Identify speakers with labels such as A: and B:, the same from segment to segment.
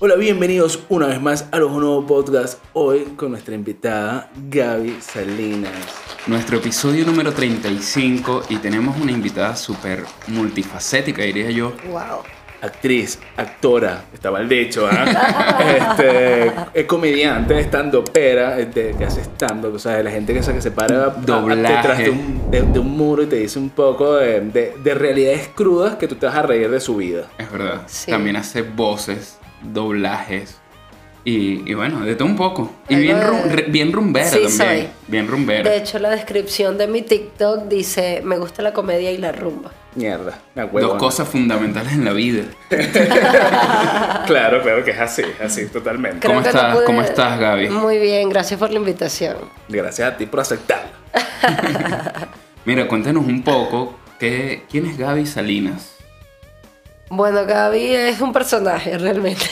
A: Hola, bienvenidos una vez más a los nuevos podcast. Hoy con nuestra invitada Gaby Salinas.
B: Nuestro episodio número 35 y tenemos una invitada súper multifacética, diría yo.
C: Wow.
A: Actriz, actora, está mal dicho, ¿ah? este, es comediante, estando pera, este, que hace stand-up, o sea, de la gente que, esa que se para a- a-
B: Doblaje.
A: detrás de un, de- de un muro y te dice un poco de, de- de realidades crudas que tú te vas a reír de su vida.
B: Es verdad.
C: Sí.
B: También hace voces, doblajes y, y bueno, de todo un poco. Y
C: Algo
B: bien,
C: de-
B: rum- re- bien rumbera
C: Sí,
B: también.
C: soy.
B: Bien rumbera.
C: De hecho, la descripción de mi TikTok dice, me gusta la comedia y la rumba.
A: Mierda, me acuerdo.
B: Dos cosas fundamentales en la vida.
A: Claro, claro que es así, es así, totalmente.
B: ¿Cómo
C: que
B: estás? ¿Cómo estás, Gaby?
C: Muy bien, gracias por la invitación.
A: Gracias a ti por aceptarlo.
B: Mira, cuéntanos un poco, que, ¿quién es Gaby Salinas?
C: Bueno, Gaby es un personaje realmente.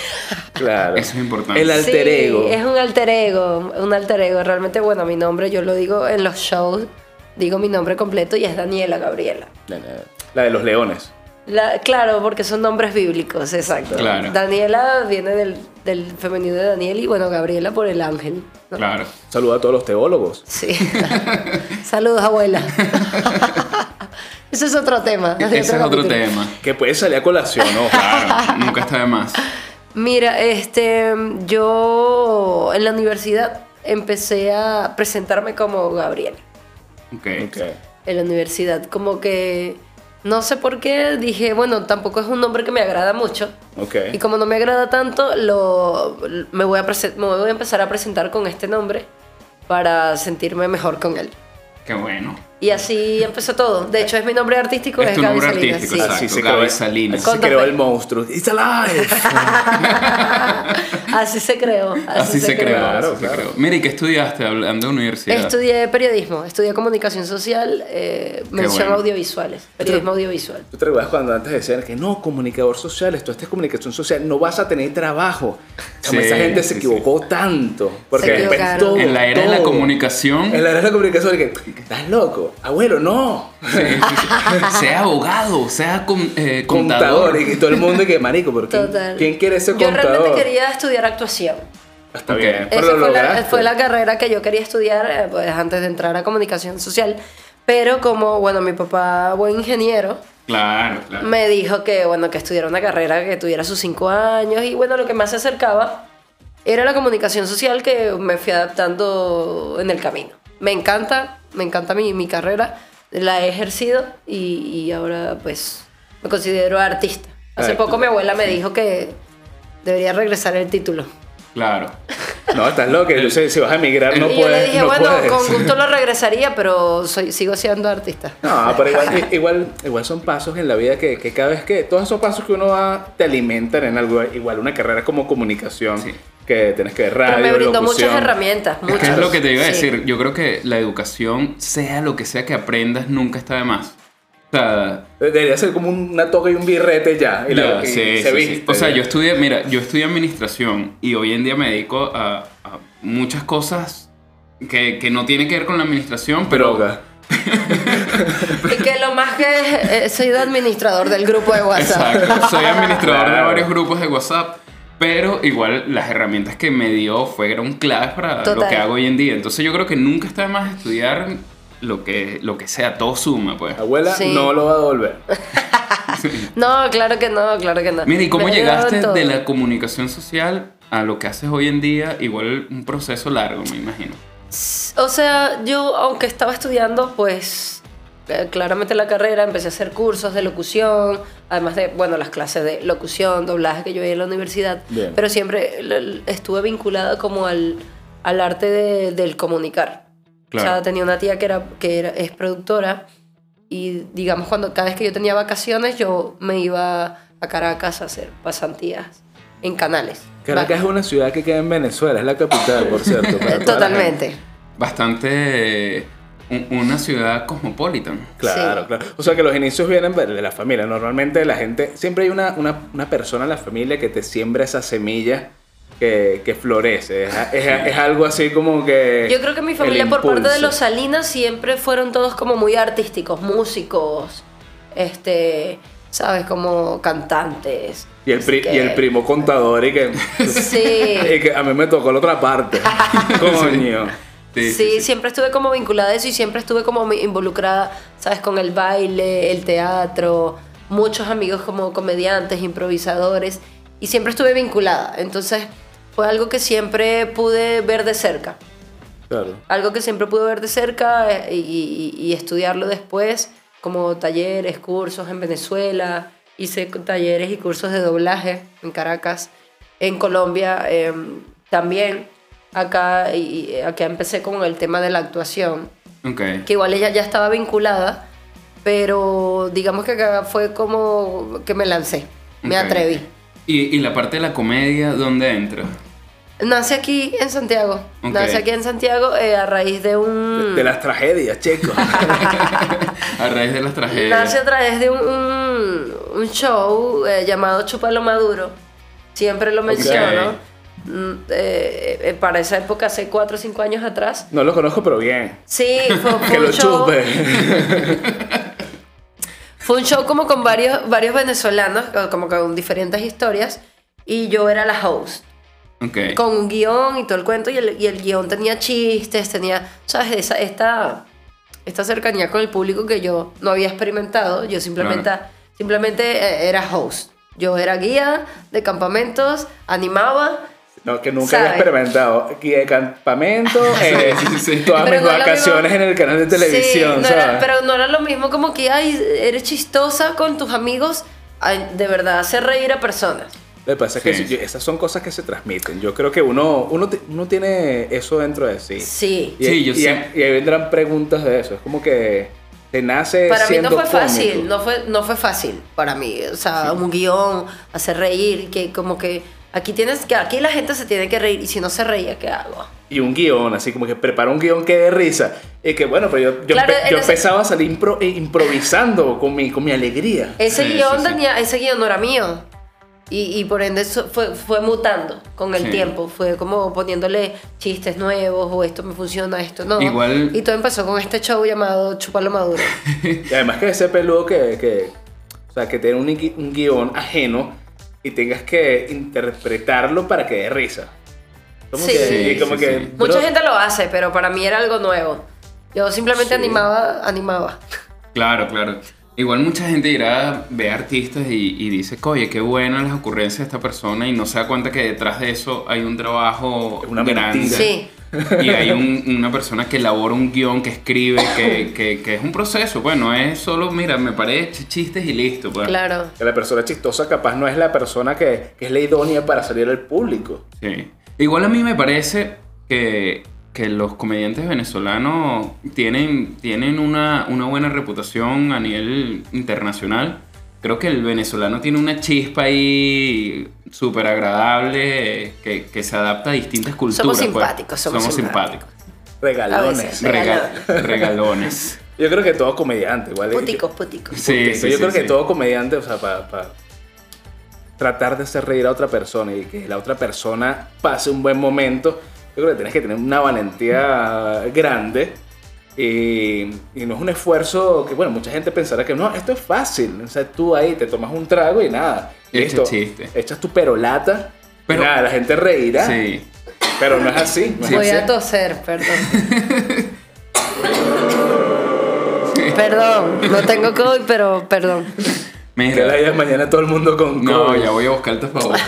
A: Claro.
B: Eso es importante.
A: El al- Alter
C: Sí,
A: ego.
C: Es un alter ego, un alter ego. Realmente, bueno, mi nombre yo lo digo en los shows, digo mi nombre completo y es Daniela Gabriela.
A: La- la- La de los leones.
C: La- claro, porque son nombres bíblicos, exacto.
B: Claro.
C: Daniela viene del, del femenino de Daniel y bueno, Gabriela por el ángel. ¿no?
B: Claro.
A: Saluda a todos los teólogos.
C: Sí. Saludos, abuela. Ese es otro tema. de
B: Ese es otro
C: capítulo.
B: tema.
A: Que puede salir a colación, ¿no?
B: Claro, nunca está de más.
C: Mira, este, yo en la universidad empecé a presentarme como Gabriela.
B: Ok.
A: Ok.
C: en la universidad. Como que no sé por qué dije, bueno, tampoco es un nombre que me agrada mucho.
A: Ok.
C: Y como no me agrada tanto, lo, me, voy a prese- me voy a empezar a presentar con este nombre para sentirme mejor con él.
B: Qué bueno.
C: Y así empezó todo. De hecho, es mi nombre artístico,
B: Es
C: es,
B: tu
C: Gaby
B: nombre
C: Salinas,
B: artístico,
C: sí.
B: exacto.
A: Así se
B: Gaby
A: creó,
B: Salinas.
A: así se
C: Con
A: creó
C: café.
A: el monstruo. ¡It's alive!
C: Así se creó. Así,
B: Así, se, creó.
A: Claro,
B: así se
A: claro.
B: creó. Mira, ¿y qué estudiaste hablando de universidad?
C: Estudié periodismo, estudié comunicación social, eh, mención
B: bueno.
C: audiovisuales, periodismo audiovisual.
A: ¿Tú te acuerdas cuando antes decían que no, comunicador social, esto es comunicación social, no vas a tener trabajo? Chamo,
B: Sí,
A: esa gente se
B: sí, sí.
A: equivocó tanto. Porque
C: Se
A: después
C: equivocaron.
A: todo,
B: En la era de la
A: todo.
B: comunicación.
A: En la era de la comunicación, que, ¿estás loco? Abuelo, no.
B: Sí, sí, sí. sea abogado, sea con- eh, contador.
A: Contador. Y que todo el mundo y que marico, porque
C: Total.
A: ¿quién quiere ser
C: Yo
A: contador?
C: realmente quería estudiar actuación.
A: Está
B: Ok.
A: bien, pero
C: Esa
A: lo
C: fue la,
A: lograste.
C: fue la carrera que yo quería estudiar eh, pues, antes de entrar a comunicación social. Pero como, bueno, mi papá, buen ingeniero,
B: Claro, claro.
C: me dijo que, bueno, que estudiara una carrera que tuviera sus cinco años. Y bueno, lo que más se acercaba era la comunicación social que me fui adaptando en el camino. Me encanta, me encanta mi, mi carrera. La he ejercido y, y ahora pues me considero artista. Hace
A: Ah,
C: poco
A: tú-
C: mi abuela me dijo que debería regresar el título.
B: Claro.
A: No, estás loco. Yo sé, si vas a emigrar, no
C: y yo le
A: puedes.
C: dije,
A: no
C: bueno,
A: puedes.
C: con gusto lo regresaría, pero soy, sigo siendo artista.
A: No, pero igual, i- igual, igual son pasos en la vida que, que cada vez que. Todos esos pasos que uno va te alimentan en algo. Igual una carrera como comunicación,
B: Sí.
A: que tienes que ver radio,
C: Pero me brindó
A: locución.
C: muchas herramientas,
B: Es que
C: muchas.
B: es lo que te iba a
C: Sí.
B: decir. Yo creo que la educación, sea lo que sea que aprendas, nunca está de más. O sea,
A: Debería ser como una toga y un birrete ya. Y, la-
B: Ya,
A: y
B: sí,
A: se
B: sí, sí.
A: viste.
B: O sea,
A: ya.
B: yo estudié, mira, yo estudié administración y hoy en día me dedico a, a muchas cosas que, que no tienen que ver con la administración, pero...
A: Droga.
C: Y que lo más que eh, soy de administrador del grupo de WhatsApp.
B: Exacto. Soy administrador de
A: Claro.
B: varios grupos de WhatsApp, pero igual las herramientas que me dio fueron claves para lo
C: Total.
B: que hago hoy en día. Entonces yo creo que nunca está de más estudiar lo que, lo que sea, todo suma, pues.
A: Abuela
C: Sí.
A: no lo va a devolver.
C: No, claro que no, claro que no.
B: Mira, ¿y cómo
C: Me ha ayudado
B: llegaste
C: en todo.
B: de la comunicación social a lo que haces hoy en día? Igual un proceso largo, me imagino.
C: O sea, yo, aunque estaba estudiando, pues eh, claramente la carrera, empecé a hacer cursos de locución, además de, bueno, las clases de locución, doblaje que yo veía en la universidad,
A: Bien.
C: pero siempre l- l- estuve vinculada como al, al arte de- del comunicar.
B: Claro.
C: O sea, tenía una tía que, era, que era, es productora y digamos, cuando cada vez que yo tenía vacaciones, yo me iba a Caracas a hacer pasantías en canales.
A: Caracas es una ciudad que queda en Venezuela, es la capital, por cierto. para toda la gente.
C: Totalmente.
B: bastante eh, un- una ciudad cosmopolitan.
A: Claro,
C: Sí.
A: claro. O sea que los inicios vienen de la familia. Normalmente la gente, siempre hay una, una, una persona en la familia que te siembra esa semilla que, que florece. Es, es- es algo así como que...
C: Yo creo que mi
A: Eh, el
C: familia por parte de
A: impulso.
C: los Salinas siempre fueron todos como muy artísticos, músicos, este, sabes, como cantantes.
A: Y el, pri-
C: que-
A: y el primo contador y que,
C: Sí.
A: y que a mí me tocó la otra parte. Coño.
B: Sí,
C: Sí, siempre estuve como vinculada a eso y siempre estuve como mi- involucrada, ¿sabes? Con el baile, el teatro, muchos amigos como comediantes, improvisadores, y siempre estuve vinculada. Entonces fue algo que siempre pude ver de cerca,
A: Claro.
C: algo que siempre pude ver de cerca eh, y, y- y estudiarlo después, como talleres, cursos en Venezuela, hice co- talleres y cursos de doblaje en Caracas, en Colombia em, también. Acá, y, y acá empecé con el tema de la actuación
B: Ok.
C: que igual ella ya estaba vinculada, pero digamos que acá fue como que me lancé, me
B: ok.
C: atreví.
B: ¿Y, y la parte de la comedia, dónde entra?
C: Nace aquí en Santiago,
B: Ok.
C: nace aquí en Santiago eh, a raíz de un...
A: De las tragedias, chicos.
B: A raíz de las
C: Nace a
A: Eh,
B: tragedias.
C: través de un, un- un show eh, llamado Chupalo Maduro, siempre lo menciono. Mm, eh, eh, para esa época, hace 4 o 5 años atrás.
A: No lo conozco, pero bien.
C: Sí, fue, fue
A: Que
C: un
A: lo
C: show.
A: chupe.
C: Fue un show como con varios, varios venezolanos, co- como con diferentes historias, y yo era la host,
B: Ok.
C: con un guión y todo el cuento, y el, y el guión tenía chistes, tenía, ¿sabes? Esa, esta, esta cercanía con el público que yo no había experimentado, yo simplemente,
B: Claro.
C: simplemente eh, era host. Yo era guía de campamentos, animaba,
A: No, que nunca
C: ¿Sabe?
A: había experimentado. Aquí de campamento, eh,
B: Sí, sí.
A: todas
C: Pero
A: mis
C: no es lo
A: vacaciones
C: mismo.
A: en el canal de televisión,
C: Sí, no
A: ¿sabes?
C: era- pero no era lo mismo como que, ay, eres chistosa con tus amigos, ay, de verdad, hacer reír a personas.
A: Lo que pasa es que
B: Sí.
A: si- esas son cosas que se transmiten. Yo creo que uno, uno, ti- uno tiene eso dentro de sí.
C: Sí.
A: Y,
B: Sí, yo
A: y-
B: sé.
A: y ahí vendrán preguntas de eso. Es como que te nace.
C: Para mí
A: siendo
C: no fue
A: cómico.
C: fácil, no fue, no fue fácil para mí. O sea, un guión, hacer reír, que como que aquí tienes que, aquí la gente se tiene que reír y si no se reía, ¿qué hago?
A: Y un guión, así como que prepara un guión que dé risa. Y que bueno, pero yo, yo,
C: Claro,
A: empe-
C: en
A: yo
C: ese-
A: empezaba a salir impro- eh, improvisando con mi, con mi alegría.
C: Ese
B: Sí,
C: guión
B: sí, sí.
C: tenía, ese guión no era mío. Y, y por ende eso fue, fue mutando con el
B: Sí.
C: tiempo, fue como poniéndole chistes nuevos o esto me funciona, esto no.
B: Igual-
C: Y todo empezó con este show llamado Chupalo Maduro.
A: Y además que ese peludo que, que, o sea, que tiene un, gui- un guión ajeno y tengas que interpretarlo para que dé risa. Como
C: Sí.
A: que,
C: Sí,
A: y como
B: sí,
A: que,
B: sí.
A: bro,
C: Mucha gente lo hace, pero para mí era algo nuevo. Yo simplemente
A: Sí.
C: animaba, animaba.
B: Claro, claro. Igual mucha gente dirá, ve artistas y, y dice, oye, qué buenas las ocurrencias de esta persona y no se da cuenta que detrás de eso hay un trabajo
A: Una
B: grande.
A: mentira.
C: Sí.
B: Y hay un- una persona que elabora un guión, que escribe, que, que- que es un proceso. Bueno, es solo, mira, me parece chistes y listo. pues.
C: Claro.
A: que la persona chistosa capaz no es la persona que, que es la idónea para salir al público.
B: Sí. Igual a mí me parece que, que los comediantes venezolanos tienen, tienen una, una buena reputación a nivel internacional. Creo que el venezolano tiene una chispa ahí súper agradable eh, que, que se adapta a distintas culturas. pues.
C: simpáticos, somos simpáticos. A
A: Regalones.
C: veces.
B: Regal- regalones.
A: Yo creo que todo comediante, igual.
C: Puticos, puticos.
B: Sí,
A: Porque
B: sí,
A: yo
B: sí,
A: creo que
B: sí.
A: todo comediante, o sea, para tratar de hacer reír a otra persona y que la otra persona pase un buen momento, yo creo que tienes que tener una valentía grande. Y, y no es un esfuerzo que, bueno, mucha gente pensará que no, esto es fácil. O sea, tú ahí te tomas un trago y nada.
B: Y echa
A: Listo.
B: chiste.
A: Echas tu perolata.
B: Pero-
A: y nada, la gente reirá.
B: Sí.
A: Pero no es así. no es
C: Voy a
A: así.
C: toser, perdón. perdón, no tengo COVID, pero perdón.
A: Que la
B: Mira,
A: hayas mañana todo el mundo con
B: no,
A: COVID.
B: ya voy a buscar el tapabocas.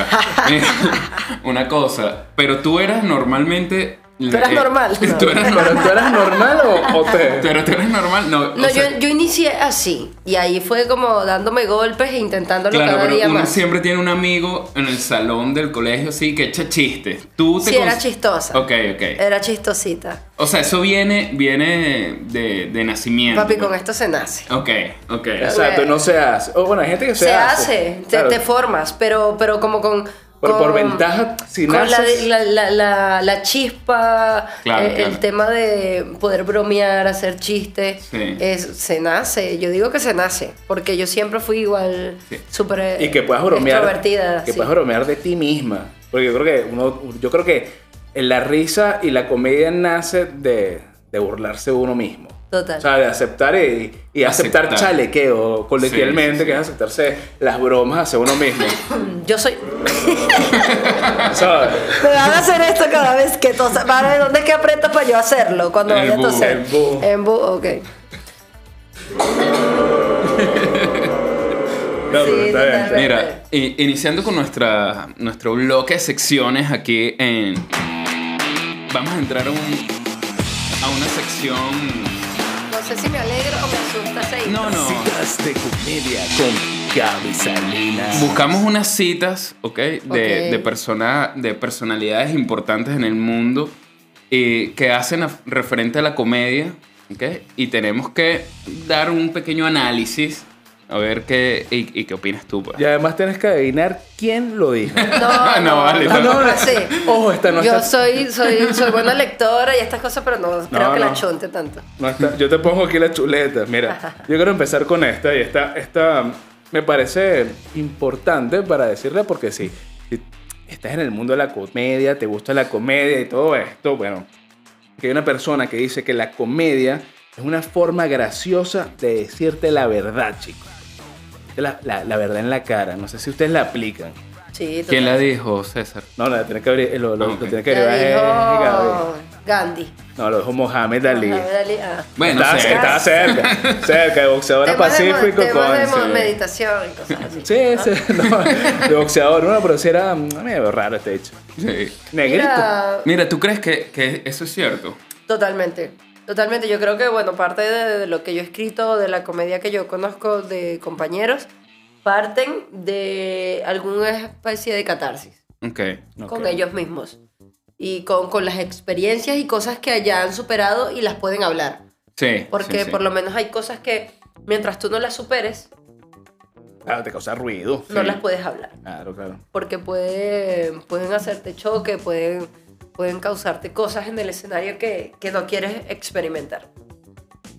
B: Mira, Eh, una cosa, pero tú eras normalmente...
C: Tú eras normal, ¿no?
B: Tú eras normal.
A: ¿Pero tú eras normal o, o te...?
B: Pero tú eres normal, no. o
C: No,
B: sea,
C: yo, yo inicié así. Y ahí fue como dándome golpes e intentándolo
B: claro,
C: cada
B: pero
C: día
B: uno
C: más.
B: siempre tiene un amigo en el salón del colegio, sí, que echa chistes. Tú te
C: Sí, era
B: cons-
C: chistosa. Eh,
B: Ok, ok.
C: Era chistosita.
B: O sea, eso viene, viene de, de nacimiento.
C: Papi, con esto se nace.
B: Ok, ok.
A: Exacto, no se hace. O bueno, hay gente que se,
C: Se, hace, te,
A: Claro.
C: te formas, pero, pero como con...
A: Por- por
C: con-
A: ventaja, si
C: Con la,
A: naces-
C: la, la- la- la chispa,
B: Claro,
C: eh, el
B: claro.
C: tema de poder bromear, hacer chistes,
B: Sí.
C: es, se nace, yo digo que se nace, porque yo siempre fui igual
B: Sí.
C: súper
A: y que puedas bromear.
C: extrovertida.
A: Que
C: sí.
A: puedas bromear de ti misma. Porque yo creo que uno, yo creo que la risa y la comedia nace de, de burlarse de uno mismo.
C: Total.
A: O sea, de aceptar y, y aceptar,
B: Aceptar.
A: chalequeo colectivamente,
B: Sí, sí, sí.
A: que es aceptarse las bromas hacia uno mismo.
C: Yo soy.
A: ¿Sabes?
C: Me van a hacer esto cada vez que tosa. Para, ¿Dónde es que aprieto para yo hacerlo cuando
B: En
C: vaya a
B: bu,
C: toser?
A: en bu.
C: En bu, ok.
A: No, pero está bien.
C: total.
B: Mira, i- iniciando con nuestra, nuestro bloque de secciones aquí en... Vamos a entrar a, un- a una sección...
C: No sé si me alegro o me asusta ese
B: No, no.
D: Citas de comedia con Gaby Salinas.
B: Buscamos unas citas, ¿ok? De,
C: Ok.
B: de persona, de personalidades importantes en el mundo eh, que hacen af- referente a la comedia, ¿ok? Y tenemos que dar un pequeño análisis a ver qué, y, y qué opinas tú. pues.
A: Y además tienes que adivinar quién lo dijo.
C: No,
B: No, vale,
C: no,
B: no.
C: Ah, no, no, sí.
A: Ojo, esta no
C: Yo
A: está-
C: soy, soy, soy buena lectora y estas cosas, pero no, creo que la
A: no.
C: chonte tanto.
A: No está- yo te pongo aquí la chuleta. Mira, yo quiero empezar con esta y esta, esta me parece importante para decirla porque sí, si estás en el mundo de la comedia, te gusta la comedia y todo esto, bueno, que hay una persona que dice que la comedia es una forma graciosa de decirte la verdad, chicos. La, la- la verdad en la cara, no sé si ustedes la aplican.
C: Sí, total.
B: ¿Quién la dijo, César?
A: No, la tiene que abrir, eh, lo, lo-
B: Ah,
A: lo
B: ok.
A: tiene que
C: La
A: abrir, eh,
C: dijo
A: Gaby.
C: Gandhi.
A: No, lo dijo Mohamed Ali.
C: Mohamed Ali, ah.
B: Bueno,
A: estaba,
B: César.
A: estaba cerca, cerca de boxeadora
C: Temas de mo-
A: pacífico
C: temas de
A: con-
C: mo-
A: sí.
C: meditación y cosas así.
A: Sí, sí, no, de boxeador, no, pero sí era mm, medio raro este hecho.
B: Sí.
A: Negrito.
C: Mira,
B: Mira, ¿tú crees que, que eso es cierto?
C: Totalmente, totalmente. Yo creo que, bueno, parte de, de lo que yo he escrito, de la comedia que yo conozco de compañeros, parten de alguna especie de catarsis
B: Ok.
A: Ok.
C: con ellos mismos y con, con las experiencias y cosas que allá han superado y las pueden hablar.
B: Sí.
C: Porque
B: sí, sí.
C: por lo menos hay cosas que mientras tú no las superes,
A: Claro, te causa ruido.
C: no
B: Sí.
C: las puedes hablar.
A: Claro, claro.
C: porque pueden, pueden hacerte choque, pueden, pueden causarte cosas en el escenario que, que no quieres experimentar.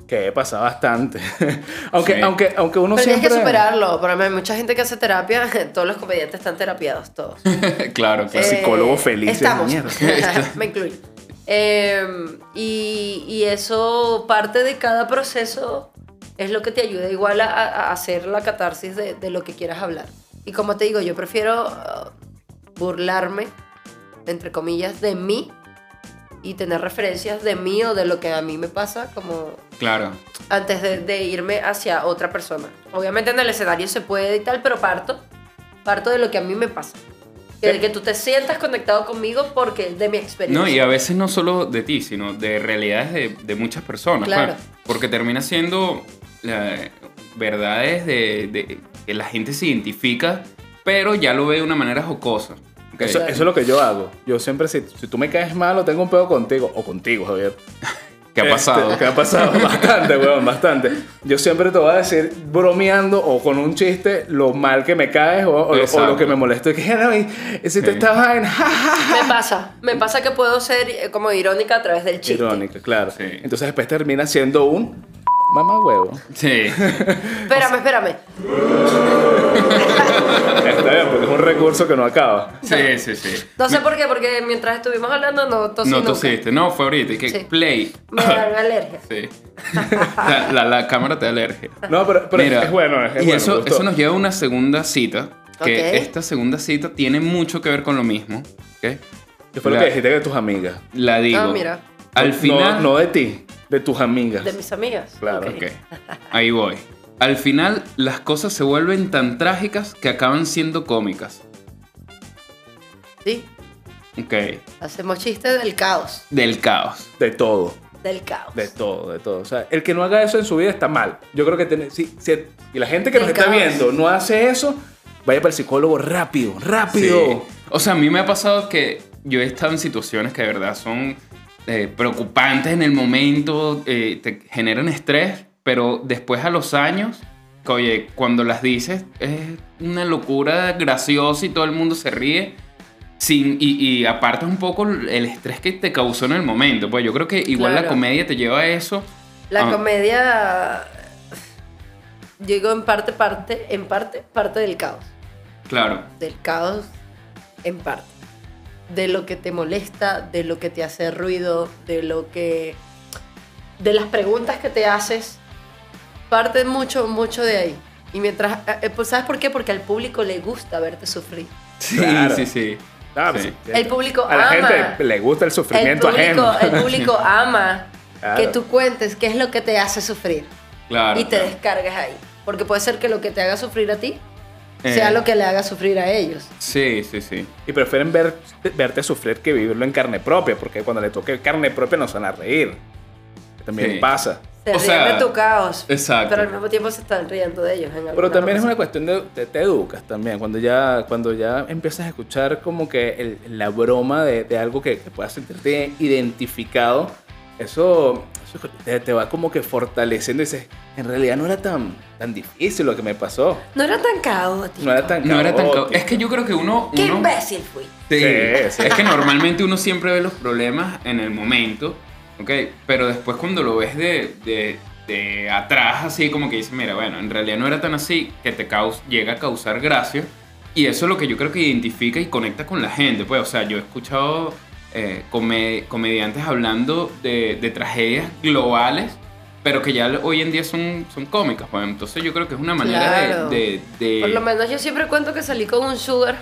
A: Que pasa bastante. aunque,
B: Sí.
A: aunque, aunque uno
C: Pero
A: siempre.
C: tienes que superarlo. Para mí, hay mucha gente que hace terapia, todos los comediantes están terapiados, todos.
B: claro, pues, claro.
A: Eh, psicólogo feliz,
C: Estamos.
A: mierda.
C: Me incluyo. Eh, y, y eso, parte de cada proceso, es lo que te ayuda igual a, a- a hacer la catarsis de, de lo que quieras hablar. Y como te digo, yo prefiero uh, burlarme, entre comillas, de mí y tener referencias de mí o de lo que a mí me pasa, como
B: Claro.
C: antes de, de irme hacia otra persona. Obviamente en el escenario se puede y tal, pero parto, parto de lo que a mí me pasa. Que, de que tú te sientas conectado conmigo porque de mi experiencia.
B: No, y a veces no solo de ti, sino de realidades de, de muchas personas.
C: Claro.
B: pues, porque termina siendo la- verdades de, de- que la gente se identifica, pero ya lo ve de una manera jocosa. Ok.
A: Eso, eso es lo que yo hago. Yo siempre, si, si tú me caes mal, o tengo un pedo contigo. O contigo, Javier.
B: ¿Qué ha
A: Este,
B: pasado?
A: que ha pasado bastante, weón, bastante. Yo siempre te voy a decir, bromeando o con un chiste, lo mal que me caes o, o- o lo
B: Exacto.
A: que me molesta. Que, "Ay, si te
B: Sí.
A: estabas en. ja, ja,
C: Me pasa, me pasa que puedo ser eh, como irónica a través del chiste.
A: Irónica, claro.
B: Sí.
A: Entonces después termina siendo un mamá huevo.
B: Sí.
C: Espérame, espérame.
A: Está bien, porque es un recurso que no acaba.
B: Sí, sí, sí.
C: No sé por qué, porque mientras estuvimos hablando no tosí
B: No
C: nunca.
B: tosiste. No, fue ahorita. y que
C: Sí.
B: play.
C: Me dan alergia.
B: Sí. La, la- la cámara te da alergia.
A: No, pero, pero
B: Mira,
A: es bueno. Es, es
B: y
A: bueno, me
B: eso,
A: gustó.
B: eso nos lleva a una segunda cita. Que
C: Ok.
B: esta segunda cita tiene mucho que ver con lo mismo. ¿ok?
A: Que fue lo
B: la-
A: que dijiste de tus amigas.
B: La digo.
C: Ah, mira.
B: Al
A: No-
B: final.
A: No, de ti, de tus amigas.
C: De mis amigas.
A: Claro,
C: Ok.
B: Ok. Ahí voy. Al final, las cosas se vuelven tan trágicas que acaban siendo cómicas.
C: Sí,
B: Ok.
C: hacemos chistes del caos.
B: Del caos.
A: De todo.
C: Del caos.
A: De todo, de todo. O sea, el que no haga eso en su vida está mal. Yo creo que tiene- si, si- y la gente que nos
C: Del
A: está
C: caos.
A: viendo no hace eso, vaya para el psicólogo rápido,
B: Sí.
A: rápido.
B: O sea, a mí me ha pasado que yo he estado en situaciones que de verdad son eh, preocupantes en el momento, eh, te generan estrés, pero después a los años, que, oye, cuando las dices es una locura graciosa y todo el mundo se ríe. Sin, y, y apartas un poco el estrés que te causó en el momento. Pues yo creo que igual la
C: Claro.
B: comedia te lleva a eso.
C: La
B: Ah.
C: comedia. Yo digo en parte, parte, en parte, parte del caos.
B: Claro.
C: Del caos, en parte. De lo que te molesta, de lo que te hace ruido, de lo que. de las preguntas que te haces. Parte mucho, mucho de ahí. Y mientras, eh, pues, ¿sabes por qué? Porque al público le gusta verte sufrir.
B: Sí,
A: Claro.
B: sí, sí.
A: Ah,
B: Sí.
A: sí.
C: El público
A: A la
C: ama.
A: gente le gusta el
C: El
A: sufrimiento
C: público,
A: ajeno.
C: el público ama
A: Claro.
C: que tú cuentes qué es lo que te hace sufrir
B: Claro.
C: y te
B: claro.
C: descargas ahí. Porque puede ser que lo que te haga sufrir a ti
B: Eh.
C: sea lo que le haga sufrir a ellos.
B: Sí, sí, sí.
A: Y prefieren ver- verte sufrir que vivirlo en carne propia, porque cuando le toque carne propia nos van a reír. También
B: Sí.
A: pasa.
C: Se
B: O
C: ríen
B: sea,
C: de tu caos.
B: exacto.
C: Pero al mismo tiempo se están riendo de ellos. en
A: Pero
C: alguna
A: también es
C: ocasión.
A: una cuestión de te, te educas también, cuando ya, cuando ya empiezas a escuchar como que el- la broma de, de algo que, que puedas sentirte identificado, eso, eso te, te va como que fortaleciendo y dices, en realidad no era tan, tan difícil lo que me pasó.
C: No era tan caótico.
A: No era tan
B: No era tan. ca-
A: caótico".
B: Es que yo creo que uno.
C: ¡Qué
B: uno-
C: imbécil fui!
B: Sí.
A: Sí, sí.
B: Es que normalmente uno siempre ve los problemas en el momento, ¿ok? Pero después cuando lo ves de, de- de atrás, así como que dices, mira, bueno, en realidad no era tan así, que te caus- llega a causar gracia. Y eso es lo que yo creo que identifica y conecta con la gente, pues, o sea, yo he escuchado eh, come- comediantes hablando de, de tragedias globales. Pero que ya hoy en día son, son cómicas, pues. Entonces yo creo que es una manera de-
C: Claro.
B: de, de,
C: Por lo menos yo siempre cuento que salí con un sugar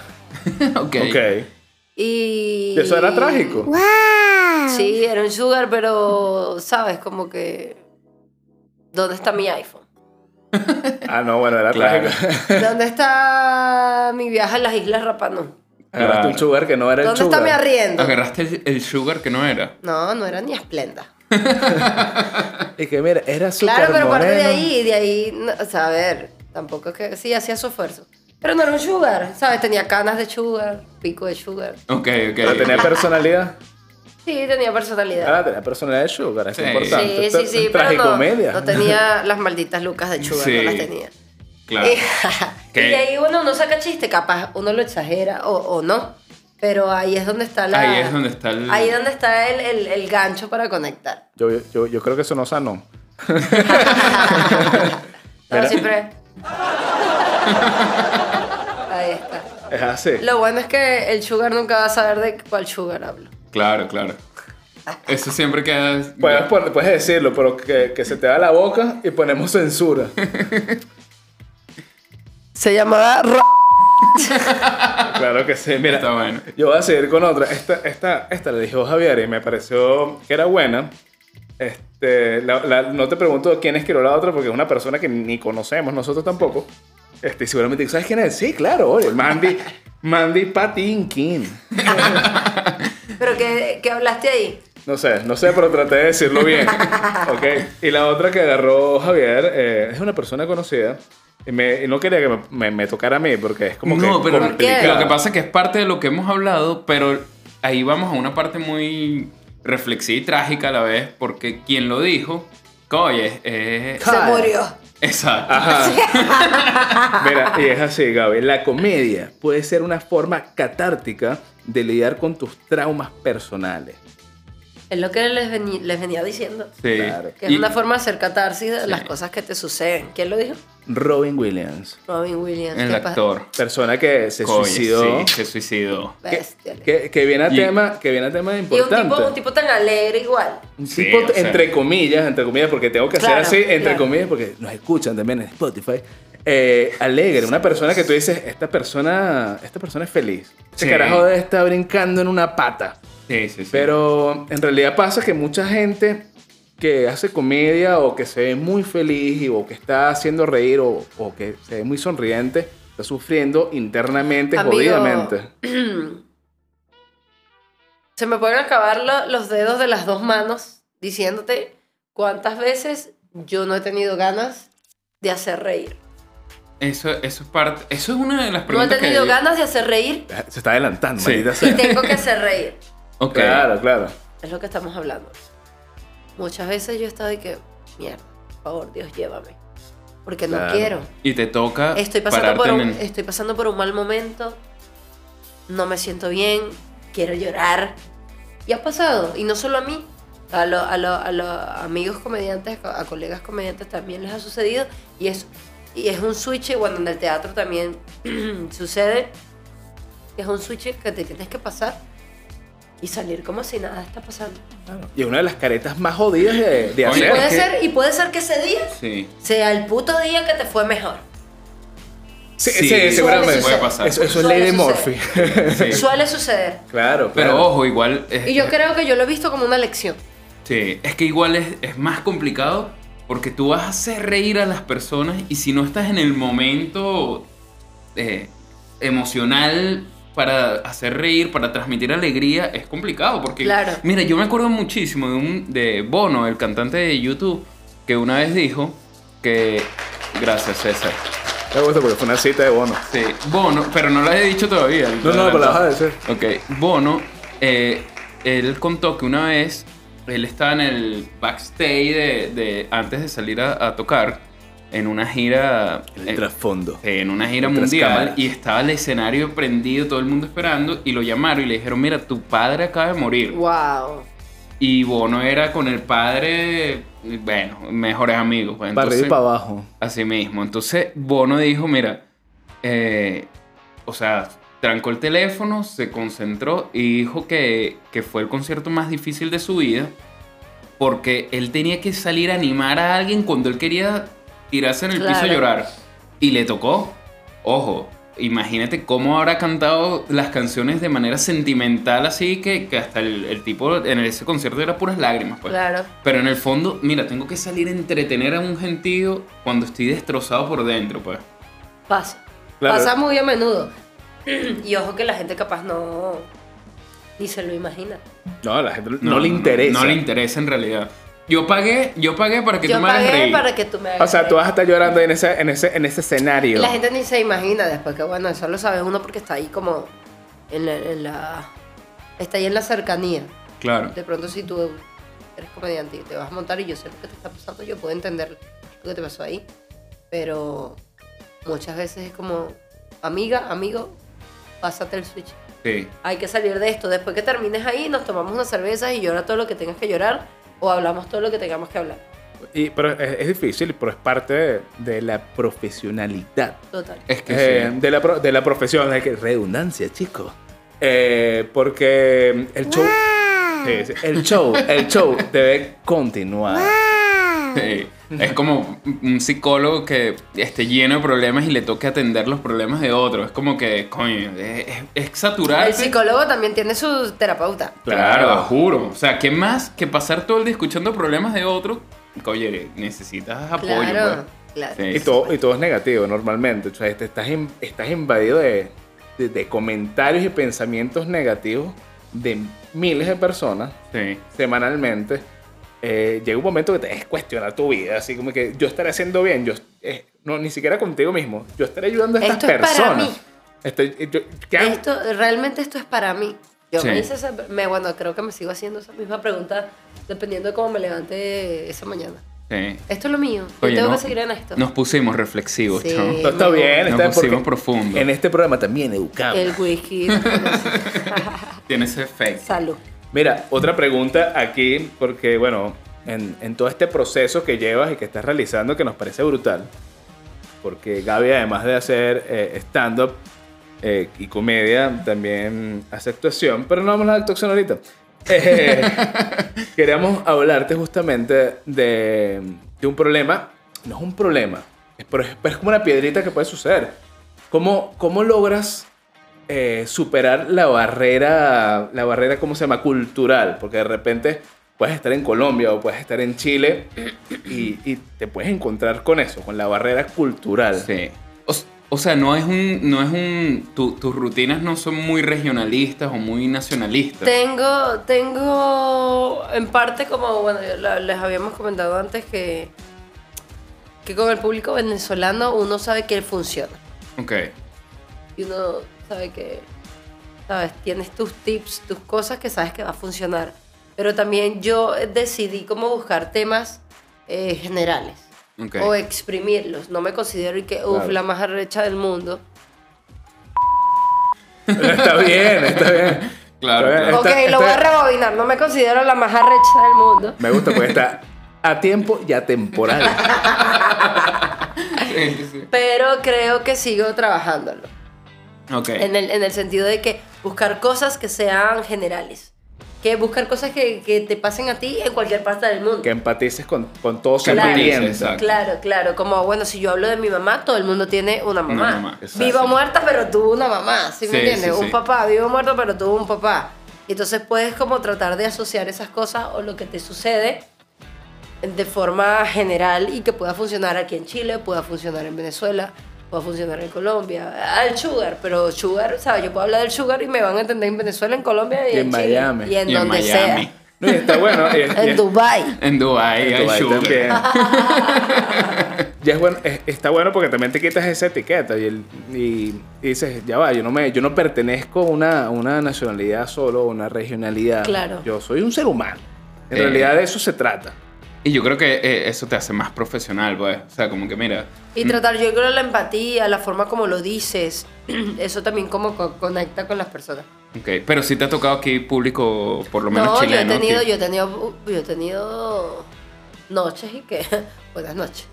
B: Ok.
A: Ok.
C: y...
A: Eso era trágico.
C: Sí, era un sugar, pero, ¿sabes? Como que... ¿Dónde está mi iPhone?
A: Ah, no, bueno, era
B: Claro.
A: trágico.
C: ¿Dónde está mi viaje a las Islas Rapanú?
A: Agarraste un sugar que no era el
C: ¿Dónde está
A: sugar.
C: mi arriendo?
B: Agarraste el, el sugar que no era.
C: No, no era ni esplenda.
A: Y que mira, era súper
C: Claro, pero parte de
A: moreno.
C: ahí, de ahí, no, o sea, a ver, tampoco es que sí hacía su esfuerzo. Pero no era un sugar, ¿sabes? Tenía canas de sugar, pico de sugar.
B: Ok, ok.
A: Pero tenía personalidad.
C: Sí, tenía personalidad.
A: Ah, tenía personalidad de sugar, es
B: Sí.
A: importante.
C: Sí,
A: Esto
C: sí,
A: es
C: sí, pero no,
A: tragicomedia.
C: no tenía las malditas lucas de sugar,
B: Sí.
C: no las tenía.
B: Claro.
C: Y,
B: ¿Qué?
C: de ahí uno no saca chiste, capaz uno lo exagera o, o no. Pero ahí es donde está la.
B: Ahí es donde está el-
C: Ahí es donde está el, el- el gancho para conectar.
A: Yo, yo, yo creo que eso no sanó.
C: Pero
A: Mira.
C: siempre. ahí está.
A: Es así.
C: Lo bueno es que el sugar nunca va a saber de cuál sugar hablo.
B: Claro, claro. Eso siempre queda.
A: Puedes, pon- puedes decirlo, pero que, que se te va la boca y ponemos censura.
C: Se llamaba Ra-
A: claro que sí, mira.
B: Está bueno.
A: Yo voy a seguir con otra. Esta, esta, esta la dijo Javier y me pareció que era buena. Este, la- la- no te pregunto quién escribió la otra porque es una persona que ni conocemos nosotros tampoco. Este, y seguramente, ¿sabes quién es? Sí, claro, oye, Mandy, Mandy Patinkin.
C: Pero que, que hablaste ahí.
A: No sé, no sé, pero traté de decirlo bien. Ok. Y la otra que agarró Javier eh, es una persona conocida. Y, me- y no quería que me, me- me tocara a mí porque es como que.
B: no, pero
C: ¿Por qué?
A: complicado.
B: lo que pasa es que es parte de lo que hemos hablado, pero ahí vamos a una parte muy reflexiva y trágica a la vez, porque quien lo dijo, oye, es. es-
C: Se murió.
B: exacto.
A: Ajá. Mira, y es así, Gaby. La comedia puede ser una forma catártica de lidiar con tus traumas personales.
C: Es lo que les, veni- les venía diciendo.
B: Sí.
A: Claro.
C: Que es
B: Y-
C: una forma de hacer catarsis de
B: Sí.
C: las cosas que te suceden. ¿Quién lo dijo?
A: Robin Williams,
C: Robin Williams.
B: El
C: qué pa-
B: actor.
A: persona que se
B: Coño,
A: suicidó.
B: Sí, se suicidó.
C: Bestia.
A: Que, que viene a
B: Y-
A: tema, que viene a tema
C: Y un
A: importante.
C: tipo, un tipo tan alegre igual.
A: Un
B: Sí,
A: tipo,
B: o sea.
A: entre comillas, entre comillas, porque tengo que
C: Claro,
A: hacer así, entre
C: claro.
A: comillas, porque nos escuchan también en Spotify. Eh, alegre, una persona que tú dices, esta persona, esta persona es feliz. Ese
B: Sí.
A: carajo debe estar brincando en una pata.
B: Sí, sí, sí.
A: Pero en realidad pasa que mucha gente que hace comedia o que se ve muy feliz y- o que está haciendo reír o, o que se ve muy sonriente, está sufriendo internamente,
C: Amigo,
A: jodidamente.
C: Se me pueden acabar lo- los dedos de las dos manos diciéndote cuántas veces yo no he tenido ganas de hacer reír.
B: Eso, eso es parte. Eso es una de las
C: No he
B: preguntas
C: tenido
B: que.
C: ganas de hacer reír
A: Se está adelantando,
B: Sí.
A: maldita
C: y
A: sea.
C: tengo que hacer reír.
B: Ok.
A: Claro, claro.
C: Es lo que estamos hablando. Muchas veces yo he estado de que, mierda, por favor, Dios, llévame. Porque no
A: Claro.
C: quiero.
B: Y te toca.
C: Estoy pasando,
B: pararte
C: por un,
B: en-
C: estoy pasando por un mal momento. No me siento bien. Quiero llorar. Y ha pasado. Y no solo a mí. A los a lo- a los amigos comediantes, co- a colegas comediantes también les ha sucedido. Y es, y es un switch, bueno, en el teatro también sucede. Es un switch que te tienes que pasar y salir como si nada está pasando.
A: Y es una de las caretas más jodidas de, de
B: Coño,
A: hacer.
C: Puede
B: que-
C: ser, y puede ser que ese día
B: Sí.
C: sea el puto día que te fue mejor.
A: Sí,
B: Sí,
A: sí,
B: puede
A: seguramente.
B: pasar.
A: Eso, eso es
C: Suele
A: ley de Murphy.
C: suceder.
B: Sí.
C: Suele suceder.
A: claro,
B: Pero
A: claro.
B: ojo, igual. es-
C: Y yo creo que yo lo he visto como una lección.
B: Sí, es que igual es, es más complicado porque tú vas a hacer reír a las personas y si no estás en el momento eh, emocional para hacer reír, para transmitir alegría, es complicado porque...
C: Claro.
B: Mira, yo me acuerdo muchísimo de, un, de Bono, el cantante de YouTube, que una vez dijo que... Gracias, César.
A: Me gusta porque fue una cita de bono.
B: Sí, Bono, pero no lo he dicho todavía.
A: No, no, pero la vas a decir.
B: Ok, Bono, eh, él contó que una vez él estaba en el backstage de, de- antes de salir a, a tocar en una gira. eh,
A: El trasfondo.
B: eh, en una gira
A: Otras
B: mundial
A: cámaras.
B: y estaba el escenario prendido, todo el mundo esperando y lo llamaron y le dijeron, mira, tu padre acaba de morir.
C: Wow.
B: Y Bono era con el padre, bueno, mejores amigos. pues,
A: Para arriba y
B: entonces-
A: para abajo.
B: Así mismo. Entonces Bono dijo, mira, eh, o sea, trancó el teléfono, se concentró y dijo que, que fue el concierto más difícil de su vida porque él tenía que salir a animar a alguien cuando él quería tirarse en el piso a
C: Claro.
B: llorar. Y le tocó. Ojo, imagínate cómo habrá cantado las canciones de manera sentimental así que, que hasta el, el tipo en ese concierto era puras lágrimas. Pues.
C: Claro.
B: Pero en el fondo, mira, tengo que salir a entretener a un gentío cuando estoy destrozado por dentro, pues.
C: Pasa.
A: Claro.
C: Pasa muy a menudo. Y ojo que la gente capaz no. Ni se lo imagina.
A: No, a la gente no, le interesa.
B: No, le interesa en realidad. Yo pagué, yo pagué para que
C: Yo
B: tú me hagas
C: pagué
B: reír.
C: para que tú me hagas.
A: O sea, tú vas
C: reír.
A: a estar llorando en ese, en ese, en ese escenario.
C: Y Eh. la gente ni se imagina después que, bueno, eso lo sabe uno porque está ahí como. En la. en la- está ahí en la cercanía.
B: Claro.
C: De pronto, si tú eres comediante y te vas a montar y yo sé lo que te está pasando, yo puedo entender lo que te pasó ahí. Pero muchas veces es como, amiga, amigo, pásate el switch.
B: Sí.
C: Hay que salir de esto. Después que termines ahí, nos tomamos unas cervezas y llora todo lo que tengas que llorar o hablamos todo lo que tengamos que hablar.
A: Y- pero es, es difícil, pero es parte de, de la profesionalidad.
C: Total.
B: Es que
A: Eh,
B: sí.
A: de, la pro- de la profesión. Es que, redundancia, chicos. porque el show.
C: Ah.
A: Sí, sí, el show, el show debe continuar.
B: Sí. Es como un psicólogo que esté lleno de problemas y le toque atender los problemas de otro. Es como que, coño, es, es- es saturarte.
C: El psicólogo también tiene su terapeuta.
B: Claro, juro. O sea, ¿qué más que pasar todo el día escuchando problemas de otro? Oye, necesitas apoyo.
C: Claro,
B: pues.
C: claro.
B: Sí,
A: Y todo, y todo es negativo normalmente. O sea, te estás, in- estás invadido de, de- de comentarios y pensamientos negativos de miles de personas
B: pues. sí.
A: semanalmente. Eh, llega un momento que te es cuestionar tu vida, así como que yo estaré haciendo bien, yo eh, no ni siquiera contigo mismo, yo estaré ayudando a estas
C: Esto es para
A: personas.
C: mí.
A: Estoy- eh, yo- ¿qué hago?
C: Esto, realmente esto es para mí. Yo
B: Sí.
C: me hice esa, me, bueno, creo que me sigo haciendo esa misma pregunta dependiendo de cómo me levante esa mañana.
B: Sí.
C: Esto es lo mío. Yo
B: Oye,
C: tengo
B: no-
C: que seguir en esto.
B: Nos pusimos reflexivos,
C: Sí.
B: chamo.
A: No está bien,
B: Nos
A: está bien,
B: pusimos
A: porque
B: profundo.
A: En este programa también educamos.
C: El whisky.
B: Tiene ese efecto.
C: Salud.
A: Mira, otra pregunta aquí, porque bueno, en, en todo este proceso que llevas y que estás realizando, que nos parece brutal, porque Gaby, además de hacer eh, stand-up eh, y comedia, también hace actuación, pero no vamos a la actuación ahorita. Eh, queríamos hablarte justamente de, de un problema, no es un problema, es, pero es, pero es como una piedrita que puede suceder. ¿Cómo, cómo logras eh, superar la barrera, la barrera, ¿cómo se llama? Cultural, porque de repente puedes estar en Colombia o puedes estar en Chile y, y te puedes encontrar con eso, con la barrera cultural.
B: Sí. O, s- o sea, no es un. No es un tu- tus rutinas no son muy regionalistas o muy nacionalistas.
C: Tengo, tengo en parte como, bueno, la- les habíamos comentado antes que, que con el público venezolano uno sabe que funciona.
B: Ok.
C: y uno sabe que, sabes, tienes tus tips, tus cosas que sabes que va a funcionar. Pero también yo decidí cómo buscar temas eh, generales
B: Ok.
C: o exprimirlos. No me considero y que, uff,
A: Claro.
C: la más arrecha del mundo.
A: Está bien, está bien.
B: Claro,
A: Está bien.
B: claro.
C: ok, lo voy a
B: este-
C: rebobinar, no me considero la más arrecha del mundo.
A: Me gusta porque está a tiempo y atemporal.
B: Sí, sí, sí.
C: Pero creo que sigo trabajándolo.
B: Ok.
C: En el, en el sentido de que buscar cosas que sean generales. que buscar cosas que, que te pasen a ti en cualquier parte del mundo.
A: Que empatices con, con todo su
C: Claro.
A: experiencia.
B: Exacto.
C: Claro, claro, como bueno, si yo hablo de mi mamá, todo el mundo tiene una mamá.
B: mamá, exacto.
C: Viva o muerta, pero tuvo una mamá, ¿sí,
B: Sí,
C: me entiendes?
B: sí,
C: un
B: sí.
C: papá, vivo o muerto, pero tuvo un papá. Y Entonces puedes como tratar de asociar esas cosas o lo que te sucede de forma general y que pueda funcionar aquí en Chile, pueda funcionar en Venezuela, pueda funcionar en Colombia, al sugar, pero sugar, ¿sabes? Yo puedo hablar del sugar y me van a entender en Venezuela, en Colombia y,
A: Y
C: en,
A: en
C: Chile,
A: Miami.
C: Y en
B: Y en
C: donde
B: Miami.
A: No, y está bueno. y- y-
C: sea. En Dubai.
B: En Dubai,
A: en
B: hay
A: Dubái
B: sugar.
A: también. Ya es bueno, es- está bueno porque también te quitas esa etiqueta y, el- y- y dices, ya va, yo no, me, yo no pertenezco a una, a una nacionalidad solo, a una regionalidad.
C: Claro.
A: Yo soy un ser humano. En
B: Eh.
A: realidad de eso se trata.
B: Y yo creo que eh, eso te hace más profesional, pues. O sea, como que mira,
A: Mm.
C: Y tratar, yo creo, la empatía, la forma como lo dices, eso también como co- conecta con las personas.
B: ok. Pero sí te ha tocado aquí público, por lo menos
C: No, yo he
B: chileno.
C: tenido,
B: que-
C: yo he tenido, uh, yo he tenido noches y que, buenas noches.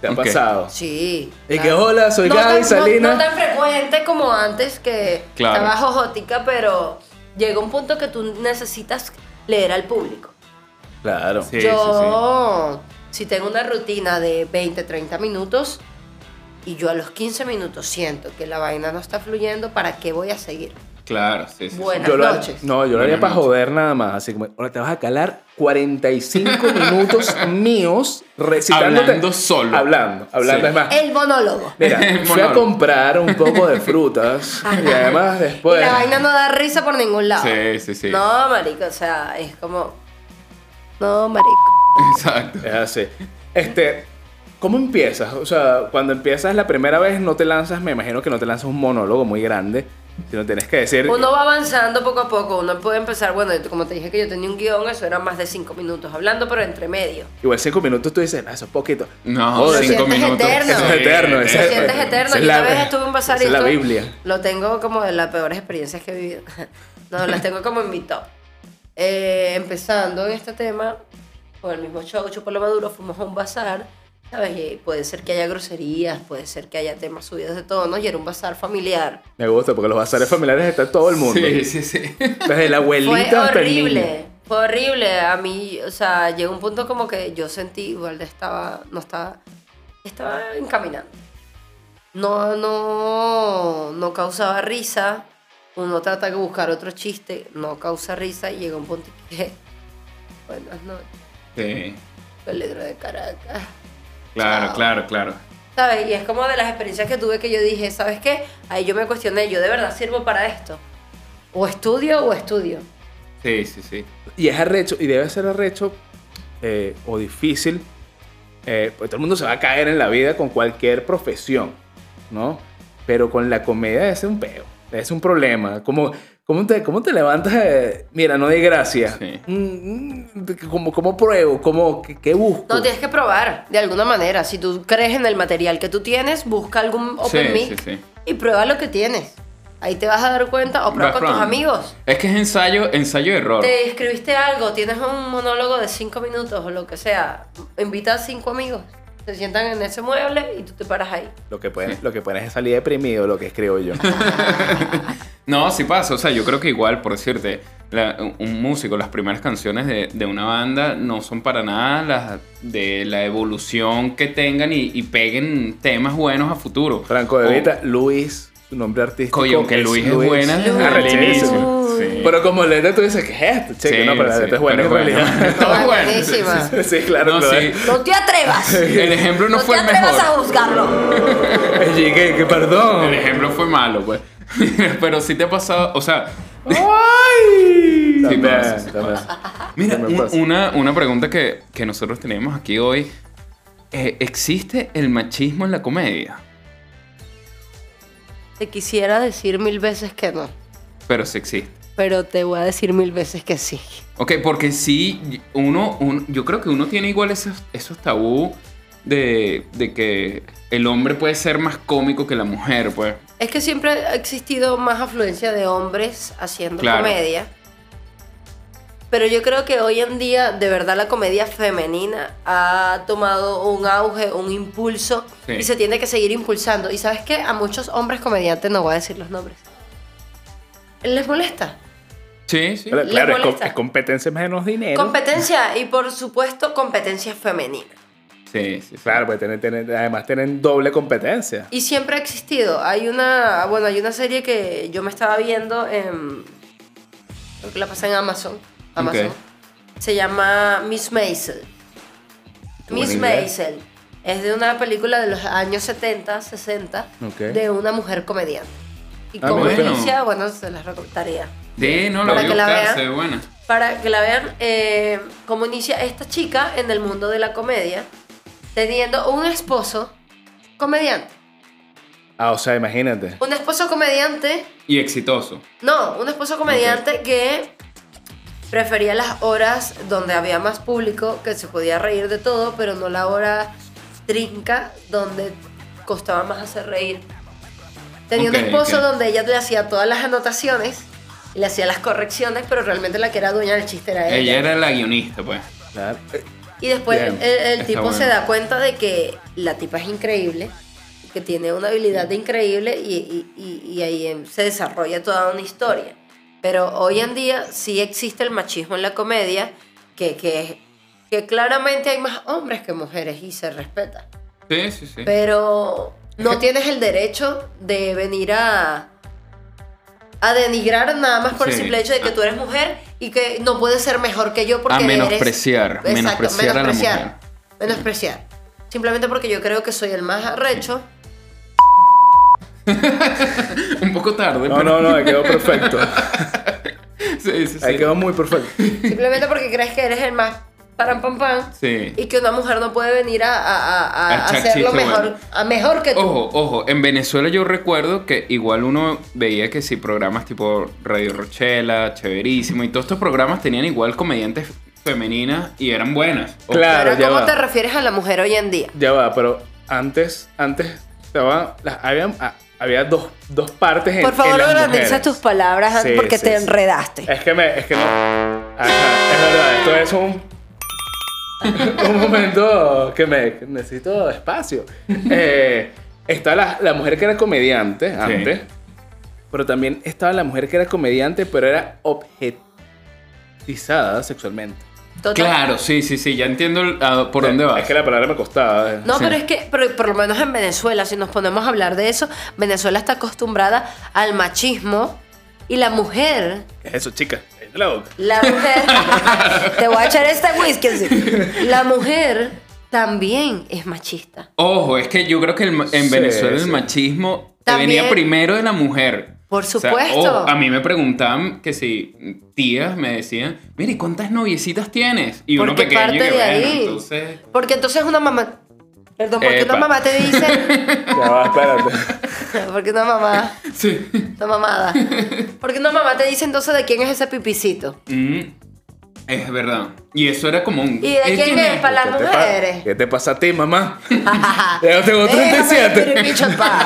A: Te ha
B: Ok.
A: pasado.
C: Sí.
A: Ah. Y que, "Hola, soy Gaby
C: tan-
A: Salinas".
C: No, tan frecuente como antes que
B: Claro.
C: estaba jojótica, pero llega un punto que tú necesitas leer al público.
A: Claro.
B: Sí, sí,
C: yo, si tengo una rutina de 20, 30 minutos y yo a los 15 minutos siento que la vaina no está fluyendo, ¿para qué voy a seguir?
B: sí. Claro, sí, sí.
C: Bueno.
B: sí.
A: Yo lo,
C: noches.
A: no, yo lo haría
B: Buenas
A: para
B: noches.
A: joder nada más. Así como, ahora te vas a calar 45 minutos míos recitándote.
B: Hablando solo.
A: Hablando, hablando.
B: Sí.
A: Es más,
C: El monólogo.
A: mira, fui a
B: Monólogo.
A: comprar un poco de frutas y además después...
C: Y la vaina no da risa por ningún lado.
B: Sí, sí, sí.
C: No, marico, o sea, es como. No, marico.
B: Exacto.
A: Es así. Este, ¿cómo empiezas? O sea, cuando empiezas la primera vez no te lanzas, me imagino que no te lanzas un monólogo muy grande, sino tienes que decir...
C: Uno va avanzando poco a poco. Uno puede empezar, bueno, yo- como te dije que yo tenía un guión, eso era más de cinco minutos hablando, pero entre medio.
A: Igual cinco minutos tú dices, "Ah, eso es poquito.
B: No,
A: Joder,
B: cinco
C: Oh, sientes
B: minutos.
C: eterno.
A: Eso es eterno.
B: Sí,
A: ese-
C: Te sientes eterno.
A: esa es
C: Yo una
A: la-
C: vez estuve en un
A: esa
C: bazar y
A: es la
C: esto
A: Biblia.
C: Lo tengo como de las peores experiencias que he vivido. No, las tengo como en mi top. Eh, empezando en este tema, con el mismo show, Chupo lo Maduro, fuimos a un bazar, ¿sabes? Y puede ser que haya groserías, puede ser que haya temas subidos de tono, y era un bazar familiar.
A: Me gusta porque los bazares familiares está todo el mundo.
B: Sí, sí, sí.
A: Desde la abuelita
C: Fue
A: hasta el niño.
C: horrible, fue horrible. A mí, o sea, llegó un punto como que yo sentí, igual estaba, no estaba, estaba encaminando. No, no, no causaba risa. Uno trata de buscar otro chiste, no causa risa y llega un punto que, buenas noches,
B: Sí.
C: peligro de Caracas.
B: Claro,
C: Chao.
B: claro, claro.
C: ¿Sabes? Y es como de las experiencias que tuve que yo dije, ¿sabes qué? Ahí yo me cuestioné, yo de verdad sirvo para esto. O estudio o estudio.
B: Sí, sí, sí.
A: Y es arrecho, y debe ser arrecho eh, o difícil, eh, porque todo el mundo se va a caer en la vida con cualquier profesión, ¿no? Pero con la comedia es un peo, es un problema. Como, ¿cómo, te, ¿Cómo te levantas? eh, mira, no di gracias.
B: Sí.
A: Mm, mm, ¿Cómo, cómo pruebo? ¿Cómo, qué, qué busco?
C: No, tienes que probar de alguna manera. Si tú crees en el material que tú tienes, busca algún open
B: Sí,
C: mic
B: sí, sí.
C: y prueba lo que tienes. Ahí te vas a dar cuenta o prueba
B: Vas
C: con tus
B: probando.
C: amigos.
B: Es que es ensayo, ensayo y error.
C: Te escribiste algo, tienes un monólogo de cinco minutos o lo que sea. Invita a cinco amigos, se sientan en ese mueble y tú te paras ahí.
A: Lo que puedes, lo que puedes es salir deprimido, lo que escribo yo.
B: No, sí pasa. O sea, yo creo que igual, por decirte, la- un músico, las primeras canciones de, de una banda no son para nada las de la evolución que tengan y, y peguen temas buenos a futuro.
A: Franco de este
B: O-
A: Vita, Luis, su nombre artístico.
B: Oh. Coño, que Luis es buena desde el
A: Arrechísimo.
B: inicio. Sí.
A: Pero como letra tú dices, ¿qué es esto? Che, que "Eh, pues,
B: Sí,
A: no, pero la
B: sí,
A: letra es buena
B: pero
A: en realidad.
B: Todo
C: Ah,
B: bueno.
C: buenísima.
A: Sí, claro,
B: No,
A: claro.
B: sí.
C: ¡No te atrevas!
B: El ejemplo no,
C: ¡No,
B: fue
C: te
B: el mejor.
C: atrevas a juzgarlo!
A: Oye, que, que
B: El
A: perdón.
B: ejemplo fue malo, pues. Pero sí te ha pasado, o sea,
A: ¡Ay!
B: Sí
A: También,
B: pasa, sí
A: también.
B: mira,
A: También
B: un-
A: pasa.
B: una, una pregunta que, que nosotros tenemos aquí hoy. eh, ¿Existe el machismo en la comedia?
C: Te quisiera decir mil veces que no,
B: Pero sí existe.
C: pero te voy a decir mil veces que sí.
B: Ok, porque sí, uno, un- yo creo que uno tiene igual esos, esos tabú de, de que el hombre puede ser más cómico que la mujer, pues.
C: Es que siempre ha existido más afluencia de hombres haciendo
B: Claro.
C: comedia. Pero yo creo que hoy en día, de verdad, la comedia femenina ha tomado un auge, un impulso,
B: Sí.
C: y se tiene que seguir impulsando. Y sabes qué? A muchos hombres comediantes, no voy a decir los nombres, les molesta.
B: Sí, sí.
A: Claro,
C: ¿Les
A: claro, es, com-
C: molesta?
A: es competencia menos dinero.
C: Competencia y por supuesto competencia femenina.
B: Sí, sí, sí.
A: claro, pues tienen- tienen- además tienen doble competencia.
C: Y siempre ha existido. Hay una, bueno, hay una serie que yo me estaba viendo en creo que la pasa en Amazon, Amazon.
B: Ok.
C: Se llama Miss Maisel.
A: Qué buena
C: Miss
A: idea.
C: Maisel es de una película de los años 70, 60
A: Ok.
C: de una mujer comediante. Y
B: Ah,
C: como
B: mira.
C: inicia, bueno, se las recomendaría.
B: Sí, no, la
C: Para
B: voy a
C: que la
B: buscar,
C: vean.
B: se ve buena.
C: Para que la vean, eh, cómo inicia esta chica en el mundo de la comedia, teniendo un esposo comediante.
A: Ah, o sea, imagínate.
C: Un esposo comediante,
B: Y exitoso.
C: no, un esposo comediante que prefería las horas donde había más público, que se podía reír de todo, pero no la hora trinca donde costaba más hacer reír. Tenía
B: Ok,
C: un esposo
B: ok.
C: donde ella le hacía todas las anotaciones y le hacía las correcciones, pero realmente la que era dueña del chiste era ella.
B: Ella era la guionista, pues.
A: Claro.
C: Y después
A: Bien,
C: el, el
B: está
C: tipo se
B: bueno.
C: da cuenta de que la tipa es increíble, que tiene una habilidad increíble y, y- y- y ahí em, se desarrolla toda una historia. Pero hoy en día sí existe el machismo en la comedia, que, que, que claramente hay más hombres que mujeres y se respeta.
B: Sí, sí, sí.
C: Pero no tienes el derecho de venir a, a denigrar nada más por el
B: Sí. Ah.
C: simple hecho de que tú eres mujer y que no puedes ser mejor que yo porque
B: A menospreciar,
C: eres... Exacto,
B: menospreciar a la
C: menospreciar,
B: mujer.
C: Menospreciar. Simplemente porque yo creo que soy el más arrecho.
B: Un poco tarde,
A: No,
B: pero.
A: no, no, ahí quedó perfecto.
B: Sí, sí, sí.
A: Ahí quedó muy perfecto.
C: Simplemente porque crees que eres el más param pam pam.
B: Sí.
C: Y que una mujer no puede venir a, a- a- a
B: A echar
C: hacerlo
B: chiste,
C: mejor,
B: bueno. Oh,
C: a mejor que tú.
B: Ojo, ojo, en Venezuela yo recuerdo que igual uno veía que si programas tipo Radio Rochela, Chéverísimo y todos estos programas tenían igual comediantes femeninas y eran buenas. Ojo.
A: Claro.
C: Ahora,
A: ya
C: ¿cómo
A: va.
C: te refieres a la mujer hoy en día?
A: Ya va, pero antes, antes estaba, las- había, ah, había dos, dos partes en
C: Por
A: en
C: favor,
A: las
C: organiza
A: mujeres.
C: tus palabras
A: Sí,
C: porque
A: sí,
C: te
A: sí. Eh,
C: enredaste.
A: Es que me, es que no. Ajá, es verdad, esto es un. un momento que me que necesito espacio. Eh, está la, la mujer que era comediante antes, pero también estaba la mujer que era comediante, pero era objetizada sexualmente.
C: Total.
B: Claro, sí, sí, sí, ya entiendo el- a- por dónde vas.
A: Es que la palabra me costaba. eh.
C: No,
B: Sí.
C: pero es que, pero por lo menos en Venezuela, si nos ponemos a hablar de eso, Venezuela está acostumbrada al machismo y la mujer,
A: ¿Qué es eso, chica? Cállate la boca.
C: la mujer, te voy a echar este whisky, así. la mujer también es machista.
B: Ojo, es que yo creo que el ma- en
A: Sí,
B: Venezuela
A: sí.
B: el machismo te
C: También-
B: venía primero de la mujer.
C: Por
B: O sea,
C: supuesto.
B: ojo, a mí me preguntaban que si tías me decían, mire, ¿y ¿cuántas noviecitas tienes? Y uno
C: Porque
B: pequeño
C: parte
B: que,
C: de
B: bueno,
C: ahí.
B: entonces...
C: Porque entonces una mamá, perdón, porque
B: Epa.
C: una mamá te dice,
A: Ya va, espérate.
C: porque una mamá,
B: Sí.
C: una mamada, porque una mamá te dice entonces de quién es ese pipicito
B: Mm, es verdad. Y eso era común.
C: y de
B: ¿Eh,
C: quién es para las
A: ¿Qué te pa-
C: mujeres.
A: ¿Qué te pasa a ti, mamá? Ya tengo
C: Déjame
A: 37.
C: vivir, bicho, en paz.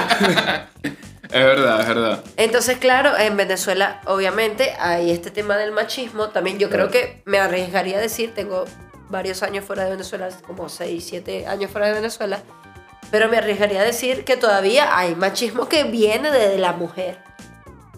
B: Es verdad, es verdad.
C: Entonces, claro, en Venezuela, obviamente, hay este tema del machismo. También yo creo que me arriesgaría a decir, tengo varios años fuera de Venezuela, como 6, 7 años fuera de Venezuela, pero me arriesgaría a decir que todavía hay machismo que viene de la mujer.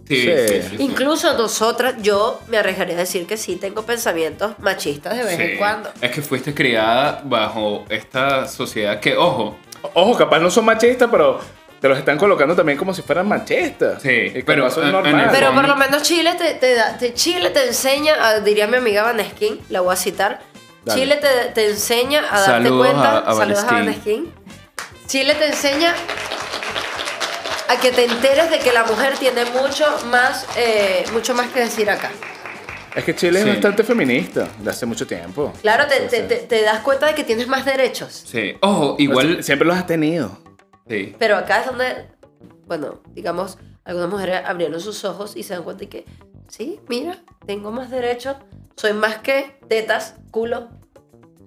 B: Sí,
A: Sí.
B: sí, sí, sí.
C: Incluso nosotras, yo me arriesgaría a decir que sí tengo pensamientos machistas de vez
B: Sí.
C: en cuando.
B: Es que fuiste criada bajo esta sociedad que, ojo,
A: Ojo, capaz no son machistas, pero te los están colocando también como si fueran machistas.
B: Sí,
A: Y
B: pero,
A: capaz son
B: eh,
A: normales.
B: en el-
C: Pero por
B: Son-
C: lo menos Chile te, te da- te- Chile te enseña, a- diría mi amiga Vaneskin, la voy a citar.
A: Dale.
C: Chile te, te enseña a darte
B: Saludos
C: cuenta.
B: a- a
C: saludos a
B: Vaneskin.
C: Vaneskin. Chile te enseña a que te enteres de que la mujer tiene mucho más, eh, mucho más que decir acá.
A: Es que Chile
B: Sí.
A: es bastante feminista de hace mucho tiempo.
C: Claro, te,
A: Sí,
C: te-
A: sí.
C: te- te das cuenta de que tienes más derechos.
B: sí. Ojo, igual.
A: Sie- Siempre los has tenido.
B: Sí.
C: Pero acá es donde, bueno, digamos, algunas mujeres abrieron sus ojos y se dan cuenta de que, sí, mira, tengo más derechos, soy más que tetas, culo,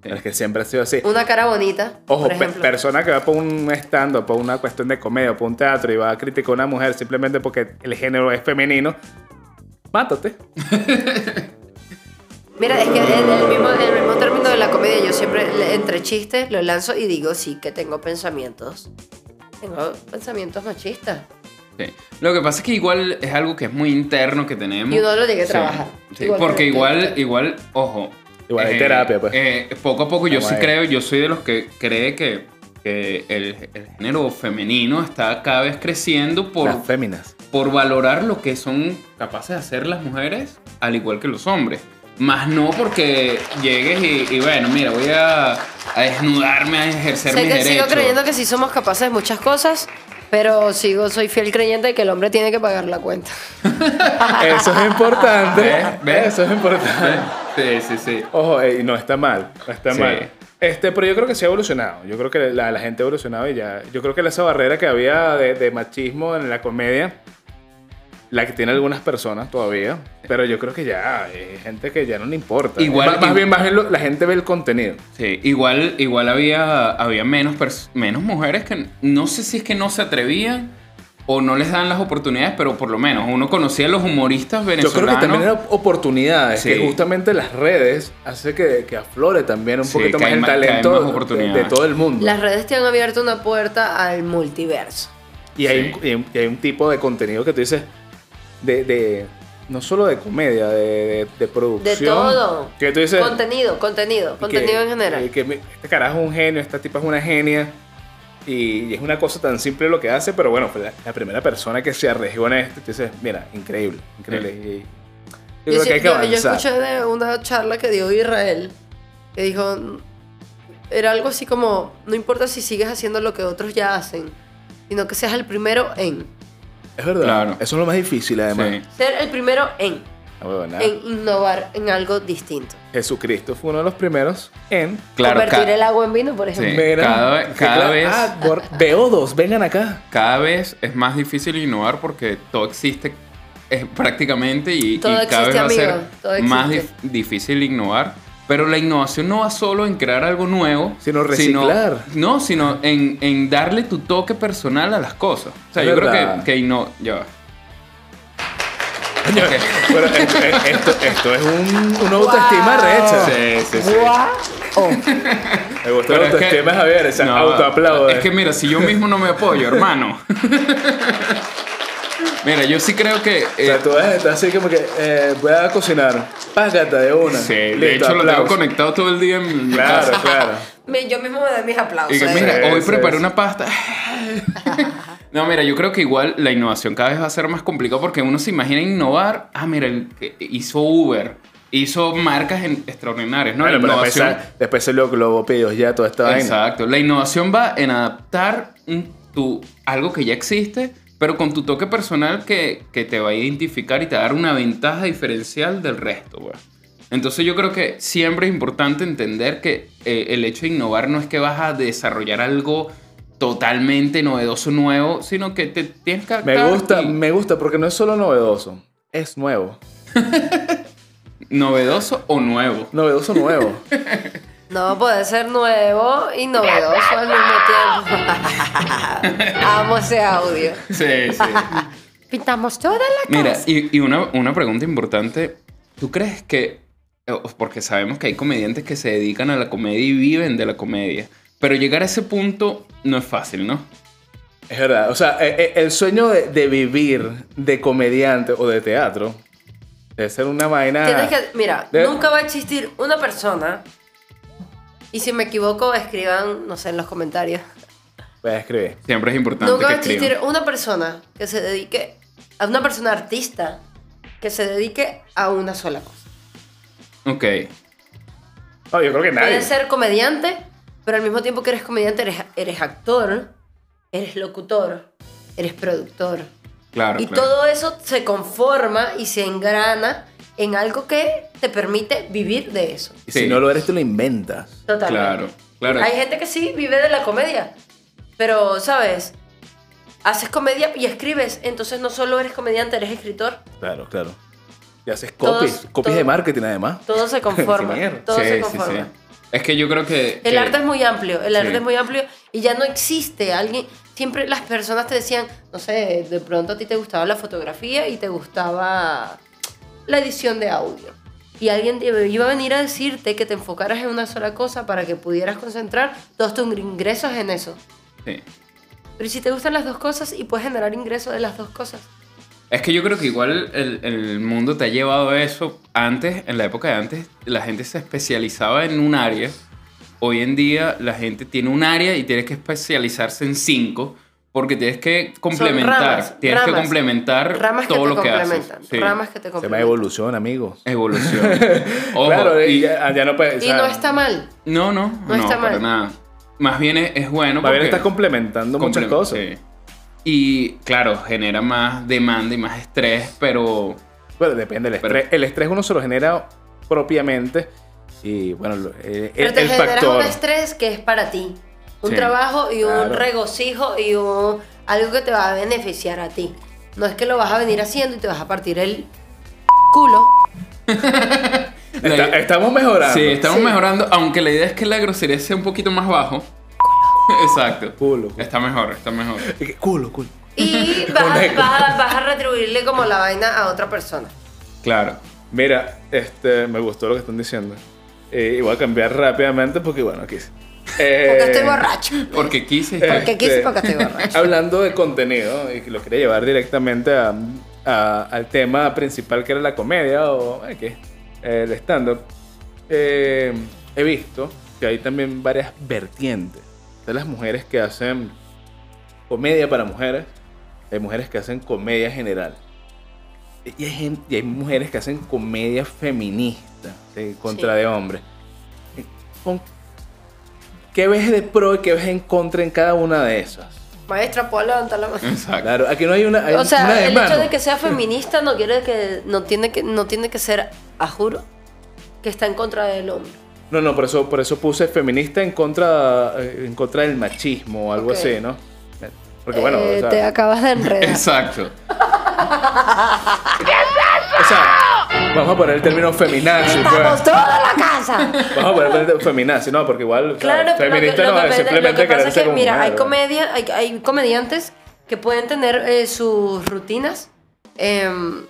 A: Es que siempre ha sido así.
C: una cara bonita.
A: Ojo,
C: por
A: pe-
C: ejemplo.
A: persona que va por un stand-up, por una cuestión de comedia, por un teatro y va a criticar a una mujer simplemente porque el género es femenino, mátate.
C: Mira, es que en el, mismo, en el mismo término de la comedia, yo siempre le- entre chistes lo lanzo y digo, sí, que tengo pensamientos. Tengo pensamientos machistas.
B: Sí. Lo que pasa es que igual es algo que es muy interno que tenemos.
C: Y uno lo tiene que
B: Sí,
C: trabajar.
B: sí,
C: Igual
B: porque
C: que-
B: igual, igual, ojo.
A: Igual hay terapia, pues.
B: eh, poco a poco yo
A: Vamos
B: sí
A: ahí.
B: creo, yo soy de los que cree que, que el, el género femenino está cada vez creciendo por,
A: Las féminas.
B: por valorar lo que son capaces de hacer las mujeres, al igual que los hombres. Más no porque llegues y, y bueno, mira, voy a, a desnudarme, a ejercer
C: Sé
B: mis
C: que sigo
B: derechos.
C: creyendo que sí somos capaces de muchas cosas, pero sigo, soy fiel creyente de que el hombre tiene que pagar la cuenta.
A: Eso es importante.
B: ¿Ves? ¿Ves?
A: Eso es importante.
B: Sí, sí, sí.
A: Ojo, eh, no está mal, no está
B: Sí.
A: mal. Este, pero yo creo que se ha evolucionado. Yo creo que la, la gente ha evolucionado y ya. Yo creo que esa barrera que había de, de machismo en la comedia, la que tiene algunas personas todavía, pero yo creo que ya hay gente que ya no le importa.
B: Igual-
A: más, más bien, más bien lo- la gente ve el contenido.
B: Sí, igual, igual había, había menos, pers- menos mujeres que no sé si es que no se atrevían o no les dan las oportunidades, pero por lo menos uno conocía a los humoristas
A: Yo
B: venezolanos.
A: creo que también eran oportunidades,
B: Sí.
A: que justamente las redes hace que, que aflore también un
B: Sí,
A: poquito
B: que
A: más
B: hay
A: el
B: más- que hay más
A: talento de- de,
B: oportunidades.
A: todo el mundo.
C: Las redes te han abierto una puerta al multiverso.
A: Y hay,
B: Sí.
A: un, y hay un- y hay un tipo de contenido que tú dices, de, de- no solo de comedia, de, de- de
C: De
A: producción.
C: todo.
A: Que tú dices,
C: Contenido, contenido,
A: que-
C: contenido en
A: eh,
C: general.
A: Que, mi- este carajo es un genio, esta tipa es una genia. Y, y es una cosa tan simple lo que hace, pero bueno, fue la, la primera persona que se arriesgó en esto. Y tú dices, mira, increíble, increíble. Y, yo creo
C: Yo, sí-
A: que hay que
C: yo- yo
A: avanzar.
C: escuché de una charla que dio Israel, que dijo, era algo así como, no importa si sigues haciendo lo que otros ya hacen, sino que seas el primero en.
A: Es verdad.
B: Claro.
A: Eso es lo más difícil, además.
B: Sí.
C: Ser el primero en,
A: No, huevo, nada.
C: en innovar en algo distinto.
A: Jesucristo fue uno de los primeros en...
B: Claro,
C: Convertir
B: ca-
C: el agua en vino, por ejemplo.
B: Sí. cada ve- cada
A: Claro,
B: vez-
A: ah, Bor- BO2, vengan acá.
B: cada vez es más difícil innovar porque todo existe eh, prácticamente y,
C: Todo
B: y cada
C: existe,
B: vez va a ser
C: amigo, todo
B: más dif-
C: existe.
B: difícil innovar. Pero la innovación no va solo en crear algo nuevo,
A: Sino reciclar.
B: no, sino en, en darle tu toque personal a las cosas. O sea,
A: Es
B: yo creo
A: verdad.
B: que, que inno- ya va. Ok.
A: Pero esto, eh, esto, esto es un, una
C: Wow.
A: autoestima recha.
B: Sí, sí, sí.
C: ¡Guau!
A: Me gusta
B: Pero
A: el
B: es que-
A: autoestima, Javier. O sea,
B: No,
A: autoaplaude.
B: Es que mira, si yo mismo no me apoyo, hermano. mira, yo sí creo que.
A: O
B: eh,
A: sea, tú ves, estás así como que eh, voy a cocinar. Págata de una.
B: sí, de
A: Listo,
B: hecho lo tengo
A: aplauso.
B: conectado todo el día en mi casa.
A: Claro, claro.
C: Me- Yo mismo me doy mis aplausos.
B: Y que,
C: ¿eh?
B: mira,
A: Sí,
B: hoy
A: sí,
B: preparé
A: sí.
B: una pasta. No, mira, yo creo que igual la innovación cada vez va a ser más complicado porque uno se imagina innovar. Ah, mira, el que hizo Uber, hizo marcas en- extraordinarias, ¿no?
A: Bueno,
B: la
A: pero pues, después,
B: innovación.
A: sal- después salió Globo Pillos ya, toda esta vaina.
B: Exacto. La innovación va en adaptar un- tu, algo que ya existe, pero con tu toque personal que, que te va a identificar y te va a dar una ventaja diferencial del resto, güey. Entonces yo creo que siempre es importante entender que eh, el hecho de innovar no es que vas a desarrollar algo totalmente novedoso, nuevo, sino que te tienes que
A: Me
B: adaptar
A: gusta,
B: y-
A: me gusta porque no es solo novedoso, es nuevo.
B: novedoso o nuevo.
A: Novedoso nuevo.
C: No, puede ser nuevo y novedoso al mismo tiempo. Amo ese audio.
B: Sí, sí.
C: Pintamos toda la
B: Mira,
C: casa.
B: y, y una, una pregunta importante. ¿Tú crees que.? eh, Porque sabemos que hay comediantes que se dedican a la comedia y viven de la comedia. Pero llegar a ese punto no es fácil, ¿no?
A: es verdad. O sea, eh, eh, el sueño de, de vivir de comediante o de teatro debe ser una
B: Ah.
A: vaina.
C: Tienes que, mira,
A: De-
C: nunca va a existir una persona. Y si me equivoco, escriban, no sé, en los comentarios.
A: Voy a escribir.
B: Siempre es importante
C: Nunca va
B: que
C: a existir
B: escriban.
C: una persona que se dedique a una persona artista que se dedique a una sola cosa.
B: Ok.
A: No, yo creo que nadie.
C: Puedes ser comediante, pero al mismo tiempo que eres comediante, eres, eres actor, eres locutor, eres productor.
B: Claro.
C: y
B: claro.
C: todo eso se conforma y se engrana en algo que te permite vivir de eso.
A: Y
B: Sí.
A: Si no lo eres, tú lo inventas.
C: Totalmente.
B: Claro, claro.
C: Hay gente que sí vive de la comedia, pero, ¿sabes? Haces comedia y escribes, entonces no solo eres comediante, eres escritor.
A: Claro, claro. Y haces
C: Todos-
A: copies, copies
C: todo-
A: de marketing además.
C: Todo se conforma.
A: Qué mierda.
C: todo
B: sí,
C: se
B: sí, sí.
C: conforma.
B: Es que yo creo que.
C: El
B: que-
C: arte es muy amplio, el arte
B: Sí.
C: es muy amplio y ya no existe alguien. Siempre las personas te decían, no sé, de pronto a ti te gustaba la fotografía y te gustaba la edición de audio. Y alguien te iba a venir a decirte que te enfocaras en una sola cosa para que pudieras concentrar todos tus ingresos en eso.
B: sí.
C: Pero ¿y si te gustan las dos cosas y puedes generar ingresos de las dos cosas.
B: Es que yo creo que igual el, el mundo te ha llevado a eso. Antes, en la época de antes, la gente se especializaba en un área. Hoy en día la gente tiene un área y tienes que especializarse en cinco porque tienes que complementar.
C: ramas,
B: tienes que
C: ramas.
B: complementar
C: Ramas que
B: todo
C: te
B: lo que haces.
C: complementan.
B: Sí.
C: Ramas que te
A: Se llama
C: complementan.
A: evolución, amigos.
B: Evolución. Ojo,
A: claro,
B: y-
A: y ya, ya no puedes.
C: Y no está mal.
B: No, no, no,
C: No está
B: para
C: mal.
B: nada. Más bien es, es bueno
A: Más bien
B: porque
A: estás complementando muchas
B: complementa,
A: cosas.
B: sí. Y claro, genera más demanda y más estrés, pero
A: Bueno, depende del
B: Pero-
A: estrés. El estrés uno se lo genera propiamente. Y bueno, lo- eh,
C: Pero
A: el,
C: te
A: el
C: generas
A: factor.
C: un estrés que es para ti. Un
B: Sí.
C: trabajo y un
A: Claro.
C: regocijo y un, algo que te va a beneficiar a ti. No es que lo vas a venir haciendo y te vas a partir el culo.
A: Está- estamos mejorando.
B: Sí, estamos
C: Sí.
B: mejorando, aunque la idea es que la grosería sea un poquito más bajo. Exacto.
A: Culo, culo.
B: Está mejor, está mejor.
A: Y que- Culo, culo.
C: Y vas,
A: Correcto.
C: vas- vas a retribuirle como la vaina a otra persona.
B: Claro.
A: Mira, este, me gustó lo que están diciendo. Eh, y voy a cambiar rápidamente porque, bueno, quise. Eh,
C: Porque estoy borracho.
B: Porque quise.
C: Porque quise, porque estoy borracho.
A: Este, Hablando de contenido, y que lo quería llevar directamente a- a- al tema principal que era la comedia o ay, ¿qué? el stand-up, eh, he visto que hay también varias vertientes de las mujeres que hacen comedia para mujeres, hay mujeres que hacen comedia general. Y hay, gen- y hay mujeres que hacen comedia feminista ¿sí? contra
C: Sí.
A: de hombres. Con- ¿Qué ves de pro y qué ves en contra en cada una de esas?
C: Maestra, puedo levantar la mano.
B: Exacto.
A: Claro, aquí no hay una. hay
C: O
A: una
C: sea,
A: de
C: el
A: mano.
C: hecho de que sea feminista no quiere que no tiene que no tiene que ser a juro que está en contra del hombre.
A: No, no, por eso, por eso puse feminista en contra, eh, en contra del machismo o algo
C: Ok.
A: así, ¿no? Porque bueno,
C: Eh,
A: o sea,
C: te acabas de enredar.
B: Exacto.
A: o sea, vamos a poner el término feminazi,
C: Estamos
A: pues.
C: toda la casa.
A: Vamos a poner el término feminazi, no, porque igual o sea,
C: Claro, pero lo que,
A: feminista
C: lo que
A: no es
C: pasa-
A: simplemente
C: lo que pasa
A: querer
C: es que,
A: ser
C: mira, hay,
A: mujer, ¿no?
C: comedia, hay, hay comediantes que pueden tener eh, sus rutinas em,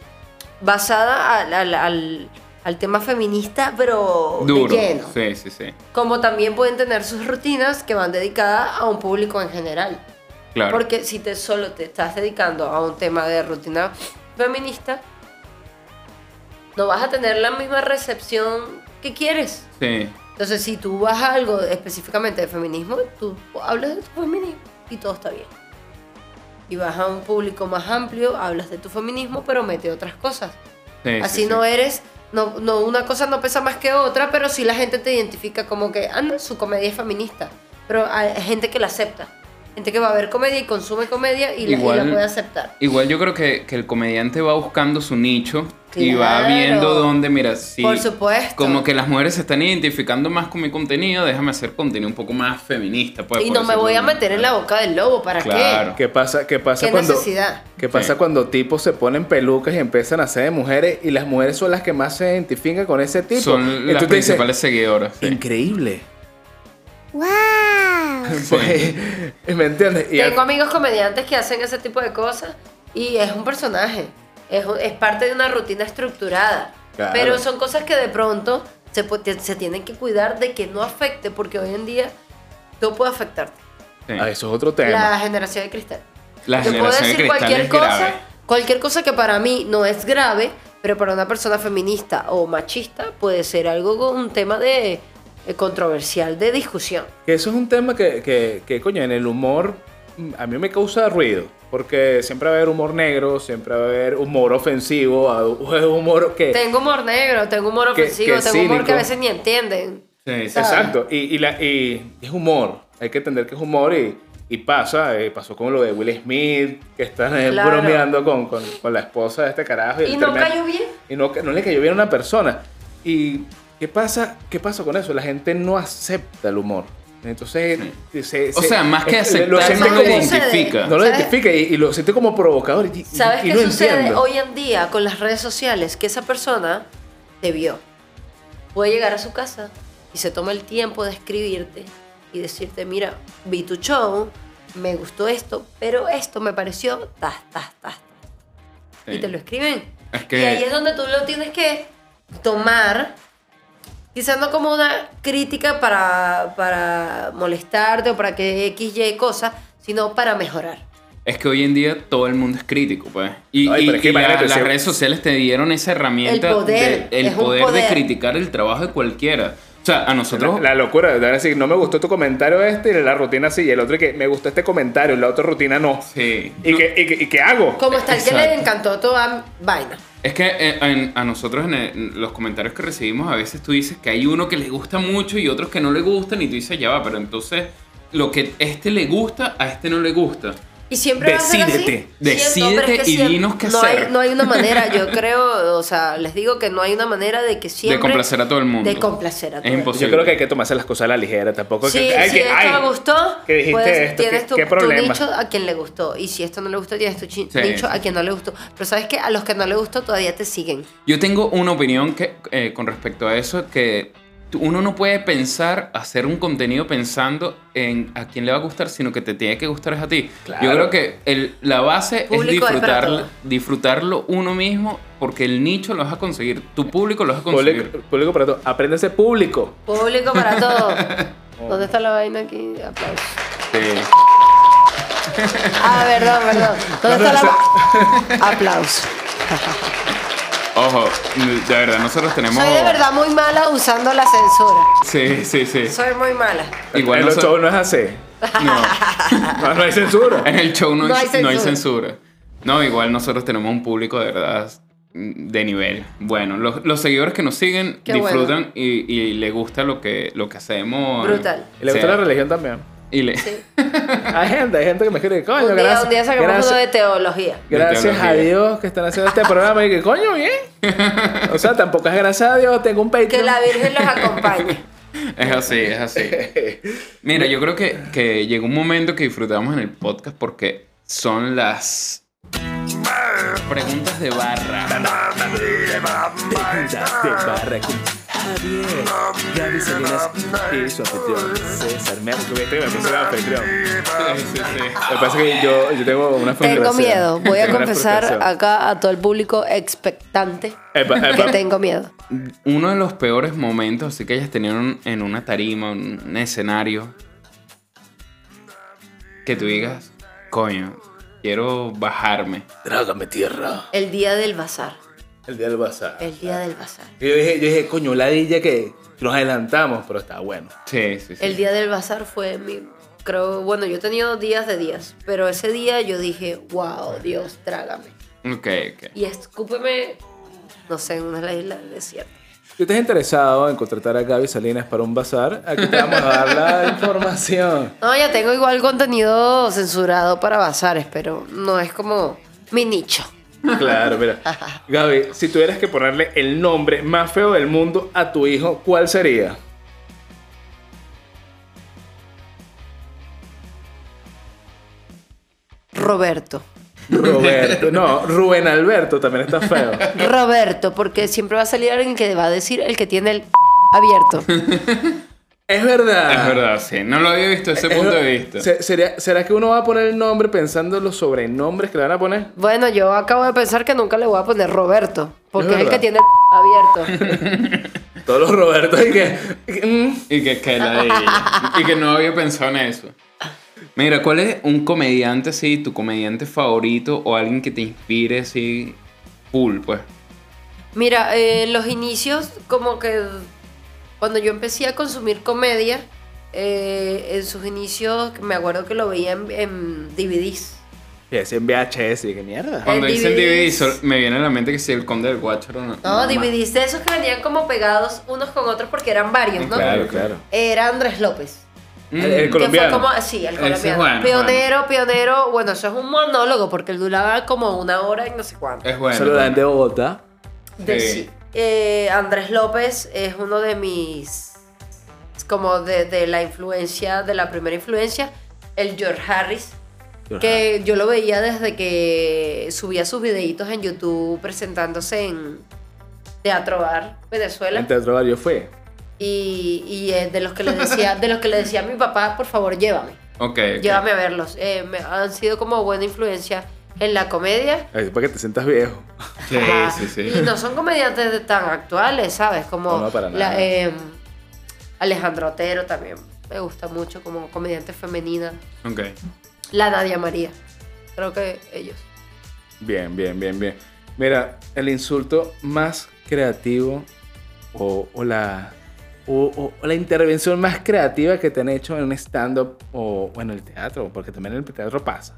C: basada al, al- al- al tema feminista, pero de
B: Duro.
C: lleno.
B: Sí, sí, sí.
C: Como también pueden tener sus rutinas que van dedicadas a un público en general.
B: Claro.
C: Porque si te solo te estás dedicando a un tema de rutina feminista, no vas a tener la misma recepción que quieres.
B: Sí.
C: Entonces, si tú vas a algo específicamente de feminismo, tú hablas de tu feminismo y todo está bien. Y vas a un público más amplio, hablas de tu feminismo, pero mete otras cosas.
B: sí,
C: Así
B: sí,
C: no
B: sí.
C: eres, no, no, una cosa no pesa más que otra, pero sí la gente te identifica como que, anda, su comedia es feminista. Pero hay gente que la acepta. Gente que va a ver comedia y consume comedia y, la- y la,
B: Igual-
C: puede aceptar.
B: Igual yo creo que, que el comediante va buscando su nicho y va
C: Claro.
B: viendo dónde, mira, sí.
C: Por supuesto.
B: Como que las mujeres se están identificando más con mi contenido, déjame hacer contenido un poco más feminista. Pues,
C: y
B: por
C: no me
B: decirlo
C: voy
B: de
C: a
B: una
C: meter en la
B: manera.
C: boca del lobo, ¿para
B: Claro.
A: ¿Qué pasa, qué
C: qué?
A: pasa
C: ¿Qué
A: cuando.?
C: necesidad?
A: ¿Qué pasa
B: Sí.
A: cuando tipos se ponen pelucas y empiezan a ser de mujeres y las mujeres son las que más se identifican con ese tipo? Y
B: Son
A: tú
B: las
A: te dices,
B: principales seguidoras. sí.
A: increíble. ¡Wow! ¿Me entiendes? Y al-
C: Tengo amigos comediantes que hacen ese tipo de cosas y es un personaje, es, un- es parte de una rutina estructurada.
A: Claro.
C: Pero son cosas que de pronto se, pu- te- se tienen que cuidar de que no afecte, porque hoy en día todo puede afectarte.
B: Sí.
A: Ah, eso es otro tema.
C: La generación de cristal.
B: La
C: Yo puedo
B: generación de
C: decir
B: cristal
C: cualquier
B: es
C: cosa,
B: grave.
C: cualquier cosa que para mí no es grave, pero para una persona feminista o machista puede ser algo con un tema de eh, controversial, de discusión.
A: Que eso es un tema que, que, que, coño, en el humor mm, a mí me causa ruido. Porque siempre va a haber humor negro, siempre va a haber humor ofensivo, a- humor que...
C: Tengo humor negro, tengo humor
A: Eh, Que-
C: ofensivo,
A: que
C: tengo humor que
A: cínico.
C: a veces ni entienden.
B: Sí, sí, sí.
A: Exacto, y, y, la, y es humor, hay que entender que es humor y, y pasa, eh, pasó con lo de Will Smith, que están eh,
C: Claro.
A: bromeando con, con, con la esposa de este carajo.
C: Y
A: él
C: no
A: termina-
C: cayó bien.
A: y no, no le cayó bien a una persona. ¿Y qué pasa, qué pasa con eso? La gente no acepta el humor. Entonces, se-
B: O
A: se-
B: sea, más que
A: eh,
B: aceptar,
A: lo siente
B: no lo
A: como-
B: identifica.
A: no lo
C: ¿Sabes?
A: identifica y, y lo siente como provocador. Y, y-
C: ¿Sabes
A: y
C: qué
A: no
C: sucede
A: entiendo.
C: hoy en día con las redes sociales? Que esa persona te vio. Puede llegar a su casa y se toma el tiempo de escribirte y decirte, mira, vi tu show, me gustó esto, pero esto me pareció tas, tas, tas. tas".
B: Sí.
C: Y te lo escriben.
B: Es que-
C: Y ahí es donde tú lo tienes que tomar, quizás no como una crítica para, para molestarte o para que X, Y cosa, sino para mejorar.
B: Es que hoy en día todo el mundo es crítico, pues. Y,
A: Ay,
B: y-
A: pero es que
B: y la-
A: imagínate,
B: las
A: si-
B: redes sociales te dieron esa herramienta.
C: El poder,
B: de- el
C: es un
B: poder de
C: poder.
B: criticar el trabajo de cualquiera. O sea, a nosotros.
A: La locura, te van a decir, no me gustó tu comentario este, y la rutina sí, y el otro que me gustó este comentario, y la otra rutina no.
B: sí.
A: ¿Y, qué, y qué- y qué hago?
C: Como está el que le
B: Exacto.
C: encantó toda vaina.
B: Es que eh, en- a nosotros en, el- en los comentarios que recibimos a veces tú dices que hay uno que le gusta mucho y otros que no le gustan y tú dices ya va, pero entonces lo que este le gusta a este no le gusta.
C: Y siempre va a ser así.
A: Decídete.
C: Siempre, hombre,
B: Decídete y
C: siempre-
B: dinos qué
C: no
B: hacer.
C: Hay, no hay una manera, yo creo, o sea, les digo que no hay una manera de que siempre...
B: de complacer a todo el mundo.
C: De complacer a todo
B: Es
C: el mundo.
A: Yo
B: imposible.
A: creo que hay que tomarse las cosas a la ligera, tampoco
C: Sí,
A: que,
C: si
A: ay, que-
C: esto
A: ay,
C: me gustó,
A: que dijiste
C: pues,
A: esto,
C: tienes
A: ¿qué-
C: tu,
A: qué
C: tu
A: problema?
C: nicho a quien le gustó. Y si esto no le gustó, tienes tu chi-
B: Sí,
C: nicho
B: sí.
C: a quien no le gustó. Pero sabes que a los que no le gustó todavía te siguen.
B: Yo tengo una opinión que, eh, con respecto a eso, que tú- uno no puede pensar, hacer un contenido pensando en a quién le va a gustar, sino que te tiene que gustar es a ti.
A: Claro.
B: Yo creo que el- la base es
C: Público hay para
B: disfrutar,
C: todo.
B: disfrutarlo uno mismo, porque el nicho lo vas a conseguir, tu público lo vas a conseguir.
A: público, público para todo. Apréndase público.
C: Público para todo. ¿Dónde está la vaina aquí? Aplausos.
B: Sí.
C: Ah, perdón, perdón. ¿Dónde está la Aplausos.
B: Ojo, de verdad, nosotros tenemos...
C: Soy de verdad muy mala usando la censura.
B: Sí, sí, sí.
C: Soy muy mala.
B: Igual
A: en los
B: nosotros-
A: shows no es así.
B: no.
C: Ah.
A: No, no hay censura.
B: En el show no,
C: No
B: hay,
C: hay
B: no hay
C: censura.
B: censura. No, igual nosotros tenemos un público de verdad mm, de nivel. Bueno, los, los seguidores que nos siguen
C: Qué
B: disfrutan y, y le gusta lo que, lo que hacemos.
C: Brutal.
A: Y le
B: Sí.
A: gusta la religión también.
B: Y le-
A: Hay gente, hay gente que me escribe, coño,
C: Un día,
A: gracias.
C: un día sacamos
A: gracias,
C: uno de teología.
A: gracias a
B: teología.
A: Dios que están haciendo este programa. Y que, coño, bien. O sea, tampoco es gracias a Dios, tengo un Patreon.
C: Que la Virgen los acompañe.
B: es así, es así. Mira, yo creo que, que llegó un momento que disfrutamos en el podcast porque son las preguntas de barra.
D: Preguntas de barra con Javier, Gaby Salinas y su anfitrión César Mea.
A: Porque viste que Este me puse la Patreon.
B: Sí, sí, sí.
A: Lo que pasa es que yo, yo tengo una
C: Tengo
A: frustración.
C: miedo. Voy a
A: Pues Tengo una
C: confesar
A: frustración.
C: acá a todo el público expectante
A: Epa,
C: que
A: epa.
C: tengo miedo.
B: Uno de los peores momentos, así que ellas tenían en una tarima, un, un escenario, que tú digas, coño, quiero bajarme.
A: Trágame tierra.
C: El día del bazar.
A: El día del bazar.
C: El día del bazar.
A: Yo dije, yo dije, coño, ladilla que nos adelantamos, pero está bueno.
B: Sí, sí, sí.
C: El día del bazar fue mi. Creo, bueno, yo he tenido días de días, pero ese día yo dije, wow, Dios, trágame.
B: Ok, ok.
C: Y escúpeme, no sé, en una isla del desierto.
A: Si estás interesado en contratar a Gaby Salinas para un bazar, aquí te vamos a dar la información.
C: No, ya tengo igual contenido censurado para bazares, pero no es como mi nicho.
A: Claro, mira. Gaby, si tuvieras que ponerle el nombre más feo del mundo a tu hijo, ¿cuál sería?
C: Roberto.
A: Roberto. No, Rubén Alberto también está feo.
C: Roberto, porque siempre va a salir alguien que va a decir el que tiene el abierto.
A: Es verdad.
B: Es verdad, sí. No lo había visto desde
A: Es
B: ese este punto
A: ver-
B: de vista.
A: Se- ¿Sería, ¿Será que uno va a poner el nombre pensando en los sobrenombres que le van a poner?
C: Bueno, yo acabo de pensar que nunca le voy a poner Roberto, porque
A: Es
C: es, el que
A: verdad.
C: tiene el abierto.
A: Todos los Robertos y que. y que, mm.
B: Y que, que la de ella. Y que no había pensado en eso. Mira, ¿cuál es un comediante, sí, tu comediante favorito o alguien que te inspire, sí, full, pues?
C: Mira, eh, en los inicios, como que cuando yo empecé a consumir comedia, eh, en sus inicios me acuerdo que lo veía en, en DVDs.
A: Y así en VHS, y que mierda.
B: Cuando
C: El
B: dicen DVD,
C: DVDs.
B: sol- me viene a la mente que si el conde del Guacharo. No,
C: No,
B: no,
C: DVDs de esos que venían como pegados unos con otros porque eran varios, ¿no?
B: Claro,
C: Era Andrés López.
B: Mm.
A: El- el
C: Que fue
A: Colombiano.
C: como- sí,
B: Ese
C: el
B: es
C: colombiano.
B: bueno,
C: pionero, pionero. Bueno, eso es un monólogo porque él duraba como una hora y no sé cuánto.
B: Es bueno.
A: Solo la gente de Bogotá.
C: De
B: Sí.
C: sí. Eh, Andrés López es uno de mis. es Como de, de la influencia, de la primera influencia, el George Harris, que yo lo veía desde que subía sus videitos en YouTube presentándose en Teatro Bar, Venezuela.
A: En Teatro Bar yo fui.
C: y y es de los que le decía, de los que le decía a mi papá, por favor, llévame.
B: Ok. ok.
C: Llévame a verlos. Eh, me han sido como buena influencia en la comedia.
A: Ay, para que te sientas viejo.
B: Sí,
C: Ajá.
B: sí, sí.
C: Y no son comediantes de- tan actuales, ¿sabes? Como
A: No, no, para
C: la-
A: nada.
C: eh, Alejandro Otero también. Me gusta mucho como comediante femenina.
B: Ok.
C: la Nadia María. Creo que ellos.
A: Bien, bien, bien, bien. Mira, el insulto más creativo o, o la, o- o- o la intervención más creativa que te han hecho en un stand-up o, o en el teatro, porque también en el teatro pasa.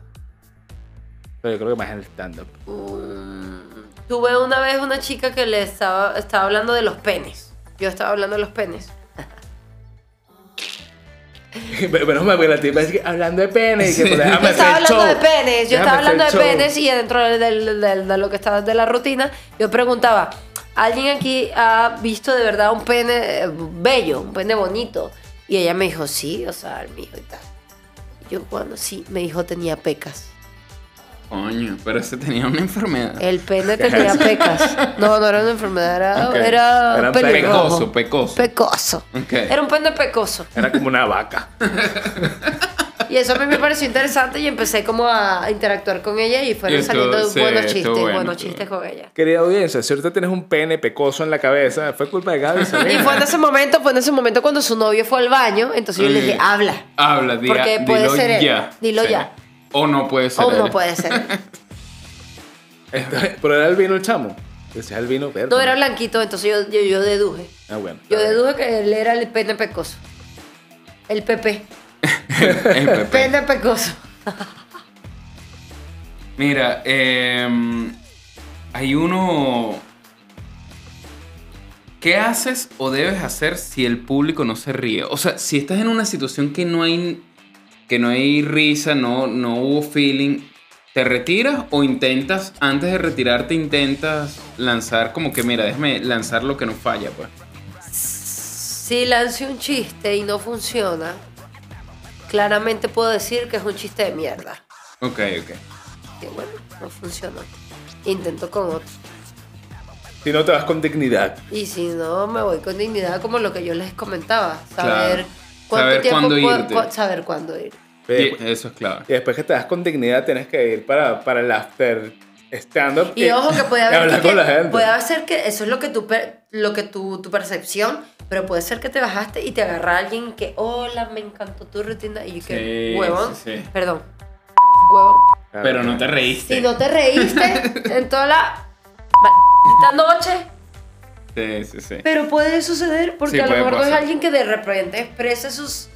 A: Pero yo creo que más en el stand-up.
C: un- Mm, tuve una vez una chica que le estaba, estaba hablando de los penes. Yo estaba hablando de los penes.
A: Pero me la tipa es que hablando de pene. y que, pues, déjame
C: Yo estaba
A: hacer el
C: hablando de
A: show.
C: penes, yo
A: Déjame
C: estaba
A: hacer el
C: hablando de
A: show.
C: penes y dentro del- del- del- de lo que estaba de la rutina, yo preguntaba, ¿alguien aquí ha visto de verdad un pene eh, bello, un pene bonito? Y ella me dijo, sí, o sea, el mío y tal. Yo cuando sí, me dijo tenía pecas.
B: Coño, pero ese tenía una enfermedad.
C: El pene tenía pecas. No, no era una enfermedad, era,
B: Ok.
C: era,
A: Era
C: pelirrojo.
B: pecoso, pecoso.
C: Pecoso.
B: Ok.
C: Era un pene pecoso.
A: Era como una vaca.
C: Y eso a mí me pareció interesante y empecé como a interactuar con ella y fueron
B: Y estuvo-
C: saliendo
B: sí,
C: buenos
B: estuvo
C: chistes,
B: bueno,
C: buenos
B: estuvo
C: chistes con ella.
A: Querida audiencia, si ahorita tienes un pene pecoso en la cabeza, fue culpa de Gaby.
C: Y
A: Salinas.
C: fue en ese momento, fue en ese momento cuando su novio fue al baño, entonces yo le dije,
B: Ok.
C: habla.
B: Habla, di-
C: Porque puede
B: dilo
C: ser él.
B: ya.
C: Dilo
B: Sí.
C: ya.
B: O no puede ser
C: O no
B: él.
C: puede ser.
A: Entonces, Pero era el vino el chamo. Decía el vino verde.
C: No era blanquito, entonces yo, yo, yo deduje.
A: Ah, bueno.
C: Yo deduje que él era el pene pecoso. El PP.
B: El Pepe.
C: Pene pecoso.
B: Mira, em, hay uno... ¿Qué haces o debes hacer si el público no se ríe? O sea, si estás en una situación que no hay, que no hay risa, no, no hubo feeling, ¿te retiras o intentas, antes de retirarte, intentas lanzar como que, mira, déjame lanzar lo que no falla, pues?
C: Si lance un chiste y no funciona, claramente puedo decir que es un chiste de mierda.
B: Ok, ok.
C: Que bueno, no funcionó. Intento con otro.
A: Si no te vas con dignidad.
C: Y si no, me voy con dignidad como lo que yo les comentaba. Saber
B: Claro. Saber cuándo
C: puedo-
B: irte.
C: cua- saber cuándo ir.
A: Eh,
B: Y eso es clave.
A: Y después que te das con dignidad, tienes que ir para, para el after stand-up.
C: Y ojo que puede
A: y
C: haber
A: hablar
C: que,
A: con la gente.
C: puede ser que eso es lo que tu per- lo que tu, tu percepción, pero puede ser que te bajaste y te agarra alguien que, "Hola, me encantó tu rutina." Y yo que,
B: Sí,
C: "Huevón."
B: sí, sí.
C: Perdón. Huevón.
A: Claro,
B: Pero no
A: claro.
B: te reíste.
C: Si no te reíste en toda la maldita noche,
B: Sí, sí, sí.
C: pero puede suceder porque
B: Sí,
C: a lo
B: puede
C: mejor no es
B: pasar.
C: alguien que de repente exprese sus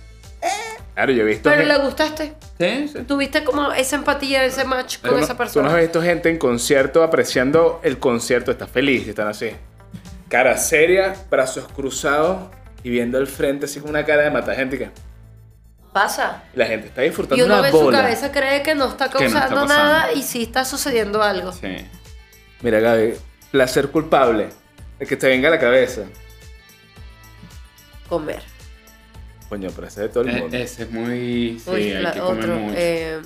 A: Claro, yo he visto.
C: pero
A: gen-
C: le gustaste.
B: Sí, sí.
C: Tuviste como esa empatía, ese match
A: tú
C: con
A: no-
C: esa
A: Tú no
C: persona.
A: has visto gente en concierto apreciando el concierto, está feliz, están así. Cara seria, brazos cruzados y viendo al frente así como una cara de matar gente que
C: Pasa.
A: la gente está disfrutando
C: Y uno
A: una
C: ve su
A: bola.
C: cabeza, cree que no está
B: Que no está
C: causando
B: pasando.
C: nada y sí está sucediendo algo.
B: Sí.
A: Mira, Gaby, placer culpable, el que te venga a la cabeza.
C: Comer.
A: Coño, pero ese es de todo el
B: E-
A: mundo.
B: ese es muy. Sí,
C: Uy,
B: hay
C: la-
B: que comer
C: otro.
B: mucho.
C: eh,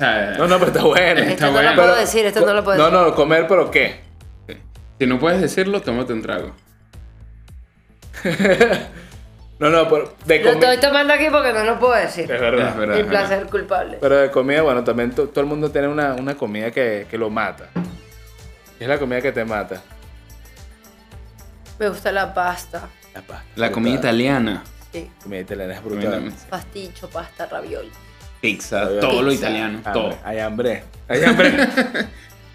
B: Ah,
A: No, no, pero está bueno.
C: este no
B: bueno.
C: lo puedo
A: Pero-
C: decir, este no lo puedo
A: No,
C: decir.
A: no, comer, pero ¿qué?
B: Si no puedes decirlo, tómate un trago.
A: No, no, pero de
C: Lo estoy
A: comida.
C: tomando aquí porque no lo puedo decir.
A: Es verdad.
B: Es verdad.
C: Mi placer culpable.
A: Pero de comida, bueno, también to- todo el mundo tiene una, una comida que, que lo mata. Es la comida que te mata.
C: Me gusta la pasta.
A: La pasta.
B: La comida
A: Brutal.
B: italiana.
C: Sí.
A: La comida italiana es brutal.
C: Pasticho, pasta, ravioli.
B: Pizza,
A: Pizza.
B: todo lo italiano,
A: Hambre,
B: todo.
A: Hay hambre. Hay hambre.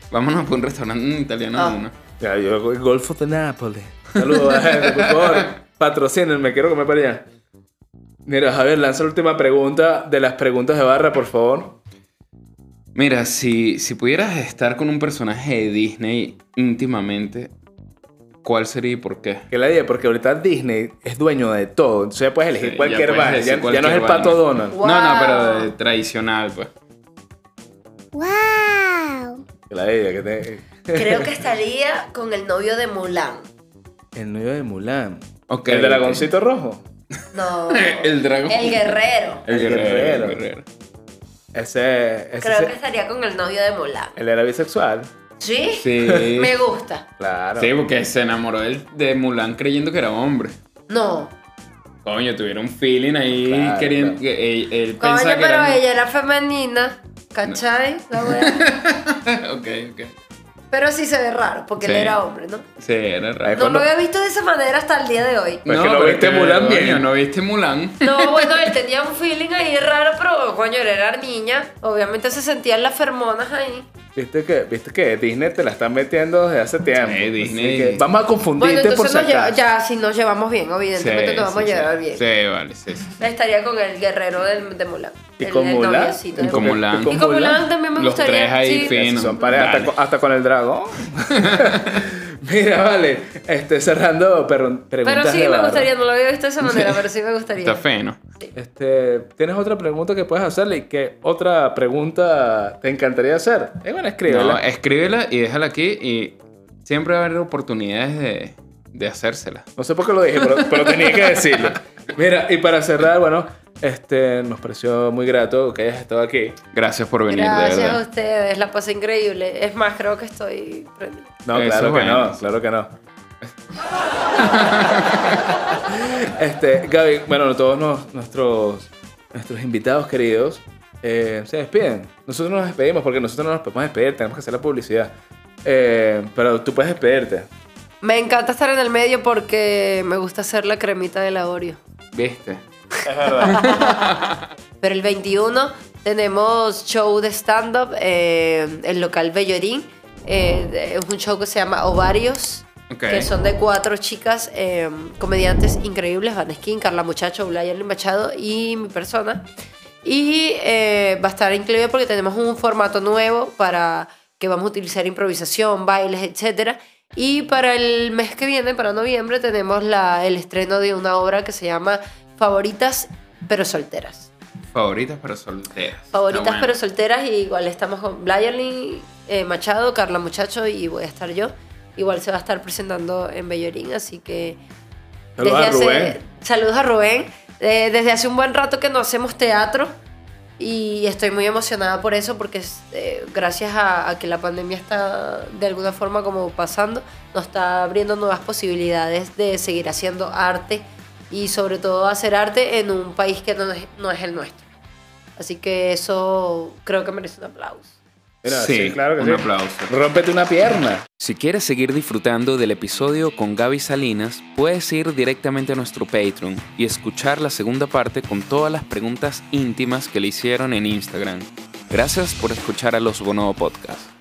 B: Vámonos por un restaurante italiano
C: Ah.
B: de una.
A: Ya, yo el Golfo de Nápoles. Saludos a la gente, por favor. Patrocínenme, quiero comer para allá. Mira, Javier, lanza la última pregunta de las preguntas de barra, por favor.
B: Mira, si, si pudieras estar con un personaje de Disney íntimamente, ¿cuál sería y por qué?
A: Que la idea, porque ahorita Disney es dueño de todo. Entonces ya puedes elegir
B: Sí, ya
A: cualquier
B: puedes
A: vaina.
B: decir
A: Ya, ya no
B: cualquier
A: es el pato
B: vaina.
A: Donald.
C: Wow.
B: No, no, pero de- tradicional, pues.
E: ¡Wow!
A: Que la idea, que te.
C: Creo que estaría con el novio de Mulan.
A: El novio de Mulan.
B: Ok,
A: el
B: ok.
A: dragoncito rojo.
C: No.
B: El dragón.
C: El guerrero.
B: El
A: El
B: guerrero.
A: guerrero.
B: El guerrero.
A: Ese. ese
C: Creo
A: se-
C: que estaría con el novio de Mulan.
A: Él era bisexual.
C: ¿Sí?
B: Sí.
C: Me gusta.
A: Claro.
B: Sí, porque se enamoró del- de Mulan creyendo que era hombre.
C: No.
B: Coño, tuvieron feeling ahí
A: Claro,
B: queriendo.
A: claro.
B: Que él, él
C: Coño,
B: pensaba que
C: pero
B: era.
C: ella era femenina. ¿Cachai? La wea.
B: ok, ok.
C: Pero sí se ve raro, porque él
B: Sí.
C: era hombre, ¿no?
B: Sí, era raro.
A: Ahí
C: No
A: cuando-
C: lo había visto de esa manera hasta el día de hoy.
A: Pues que no
B: pero
A: viste Mulan
B: coño,
A: bien.
B: No viste Mulan.
C: No, bueno, él tenía un feeling ahí raro, pero coño, él era niña. Obviamente se sentían las fermonas ahí.
A: Viste que, viste que Disney te la están metiendo desde hace tiempo.
B: Sí,
A: Así
B: Eh, Disney.
A: que vamos a
C: Bueno,
A: confundirte por
C: entonces
A: si
C: nos lleva-
A: acaso.
C: ya, si nos llevamos bien, evidentemente nos vamos
B: sí,
C: a llevar
B: sí.
C: bien.
B: Sí, vale, sí. sí.
C: Estaría con el guerrero del, de Mulan.
A: Y
C: el-
A: con
C: el
A: Mulan.
C: noviocito de
B: Y con
C: Mulan.
B: Mulan.
C: Y con Mulan también me
B: Los
C: gustaría.
B: tres ahí,
C: sí.
A: Si
B: fin.
A: son pareja,
B: Dale.
A: hasta, con- hasta con el dragón. Mira, vale. Este, cerrando perro- preguntas.
C: Pero sí,
A: de
C: me
A: barro.
C: gustaría, no lo había visto de esa manera, pero sí me gustaría.
B: Está feo, ¿no?
A: Este, ¿Tienes otra pregunta que puedes hacerle? ¿Y qué otra pregunta te encantaría hacer? Es bueno, escríbela.
B: No, eh. escríbela y déjala aquí y siempre va a haber oportunidades de, de hacérsela.
A: No sé por qué lo dije, pero, pero tenía que decirlo. Mira, y para cerrar, bueno, este, nos pareció muy grato que hayas estado aquí.
B: Gracias por venir, de
C: Gracias a
B: verdad.
C: ustedes, la pasé increíble. Es más, creo que estoy prendida.
A: No, claro
B: Eso es
A: que
B: bueno.
A: no, claro que no. este, Gaby, bueno, todos nos- nuestros, nuestros invitados queridos eh, se despiden. Nosotros nos despedimos porque nosotros no nos podemos despedir, tenemos que hacer la publicidad. Eh, pero tú puedes despedirte.
C: Me encanta estar en el medio porque me gusta hacer la cremita de la Oreo.
B: ¿Viste?
C: Pero el 21 tenemos show de stand-up en el local Bellorín. Eh, es un show que se llama Ovarios,
B: Ok.
C: que son de cuatro chicas eh, comediantes increíbles, Van Skin, Carla Muchacho, Blayan Machado y mi persona. Y eh, va a estar increíble porque tenemos un formato nuevo para que vamos a utilizar improvisación, bailes, etc. Y para el mes que viene, para noviembre, tenemos la- el estreno de una obra que se llama Favoritas pero solteras
B: Favoritas pero solteras.
C: favoritas
B: Está bueno.
C: pero solteras y igual estamos con Blayerly eh, Machado, Carla Muchacho y voy a estar yo. Igual se va a estar presentando en Bellorín, así que...
A: Saludos a
C: desde hace-
A: Rubén.
C: Saludos a Rubén. Eh, desde hace un buen rato que no hacemos teatro y estoy muy emocionada por eso porque es, eh, gracias a, a que la pandemia está de alguna forma como pasando, nos está abriendo nuevas posibilidades de seguir haciendo arte y sobre todo hacer arte en un país que no es- no es el nuestro. Así que eso creo que merece un aplauso.
A: Mira,
B: sí,
A: claro que
B: un
A: sí.
B: aplauso.
A: Rómpete una pierna.
E: Si quieres seguir disfrutando del episodio con Gaby Salinas, puedes ir directamente a nuestro Patreon y escuchar la segunda parte con todas las preguntas íntimas que le hicieron en Instagram. Gracias por escuchar a los Bonobo Podcast.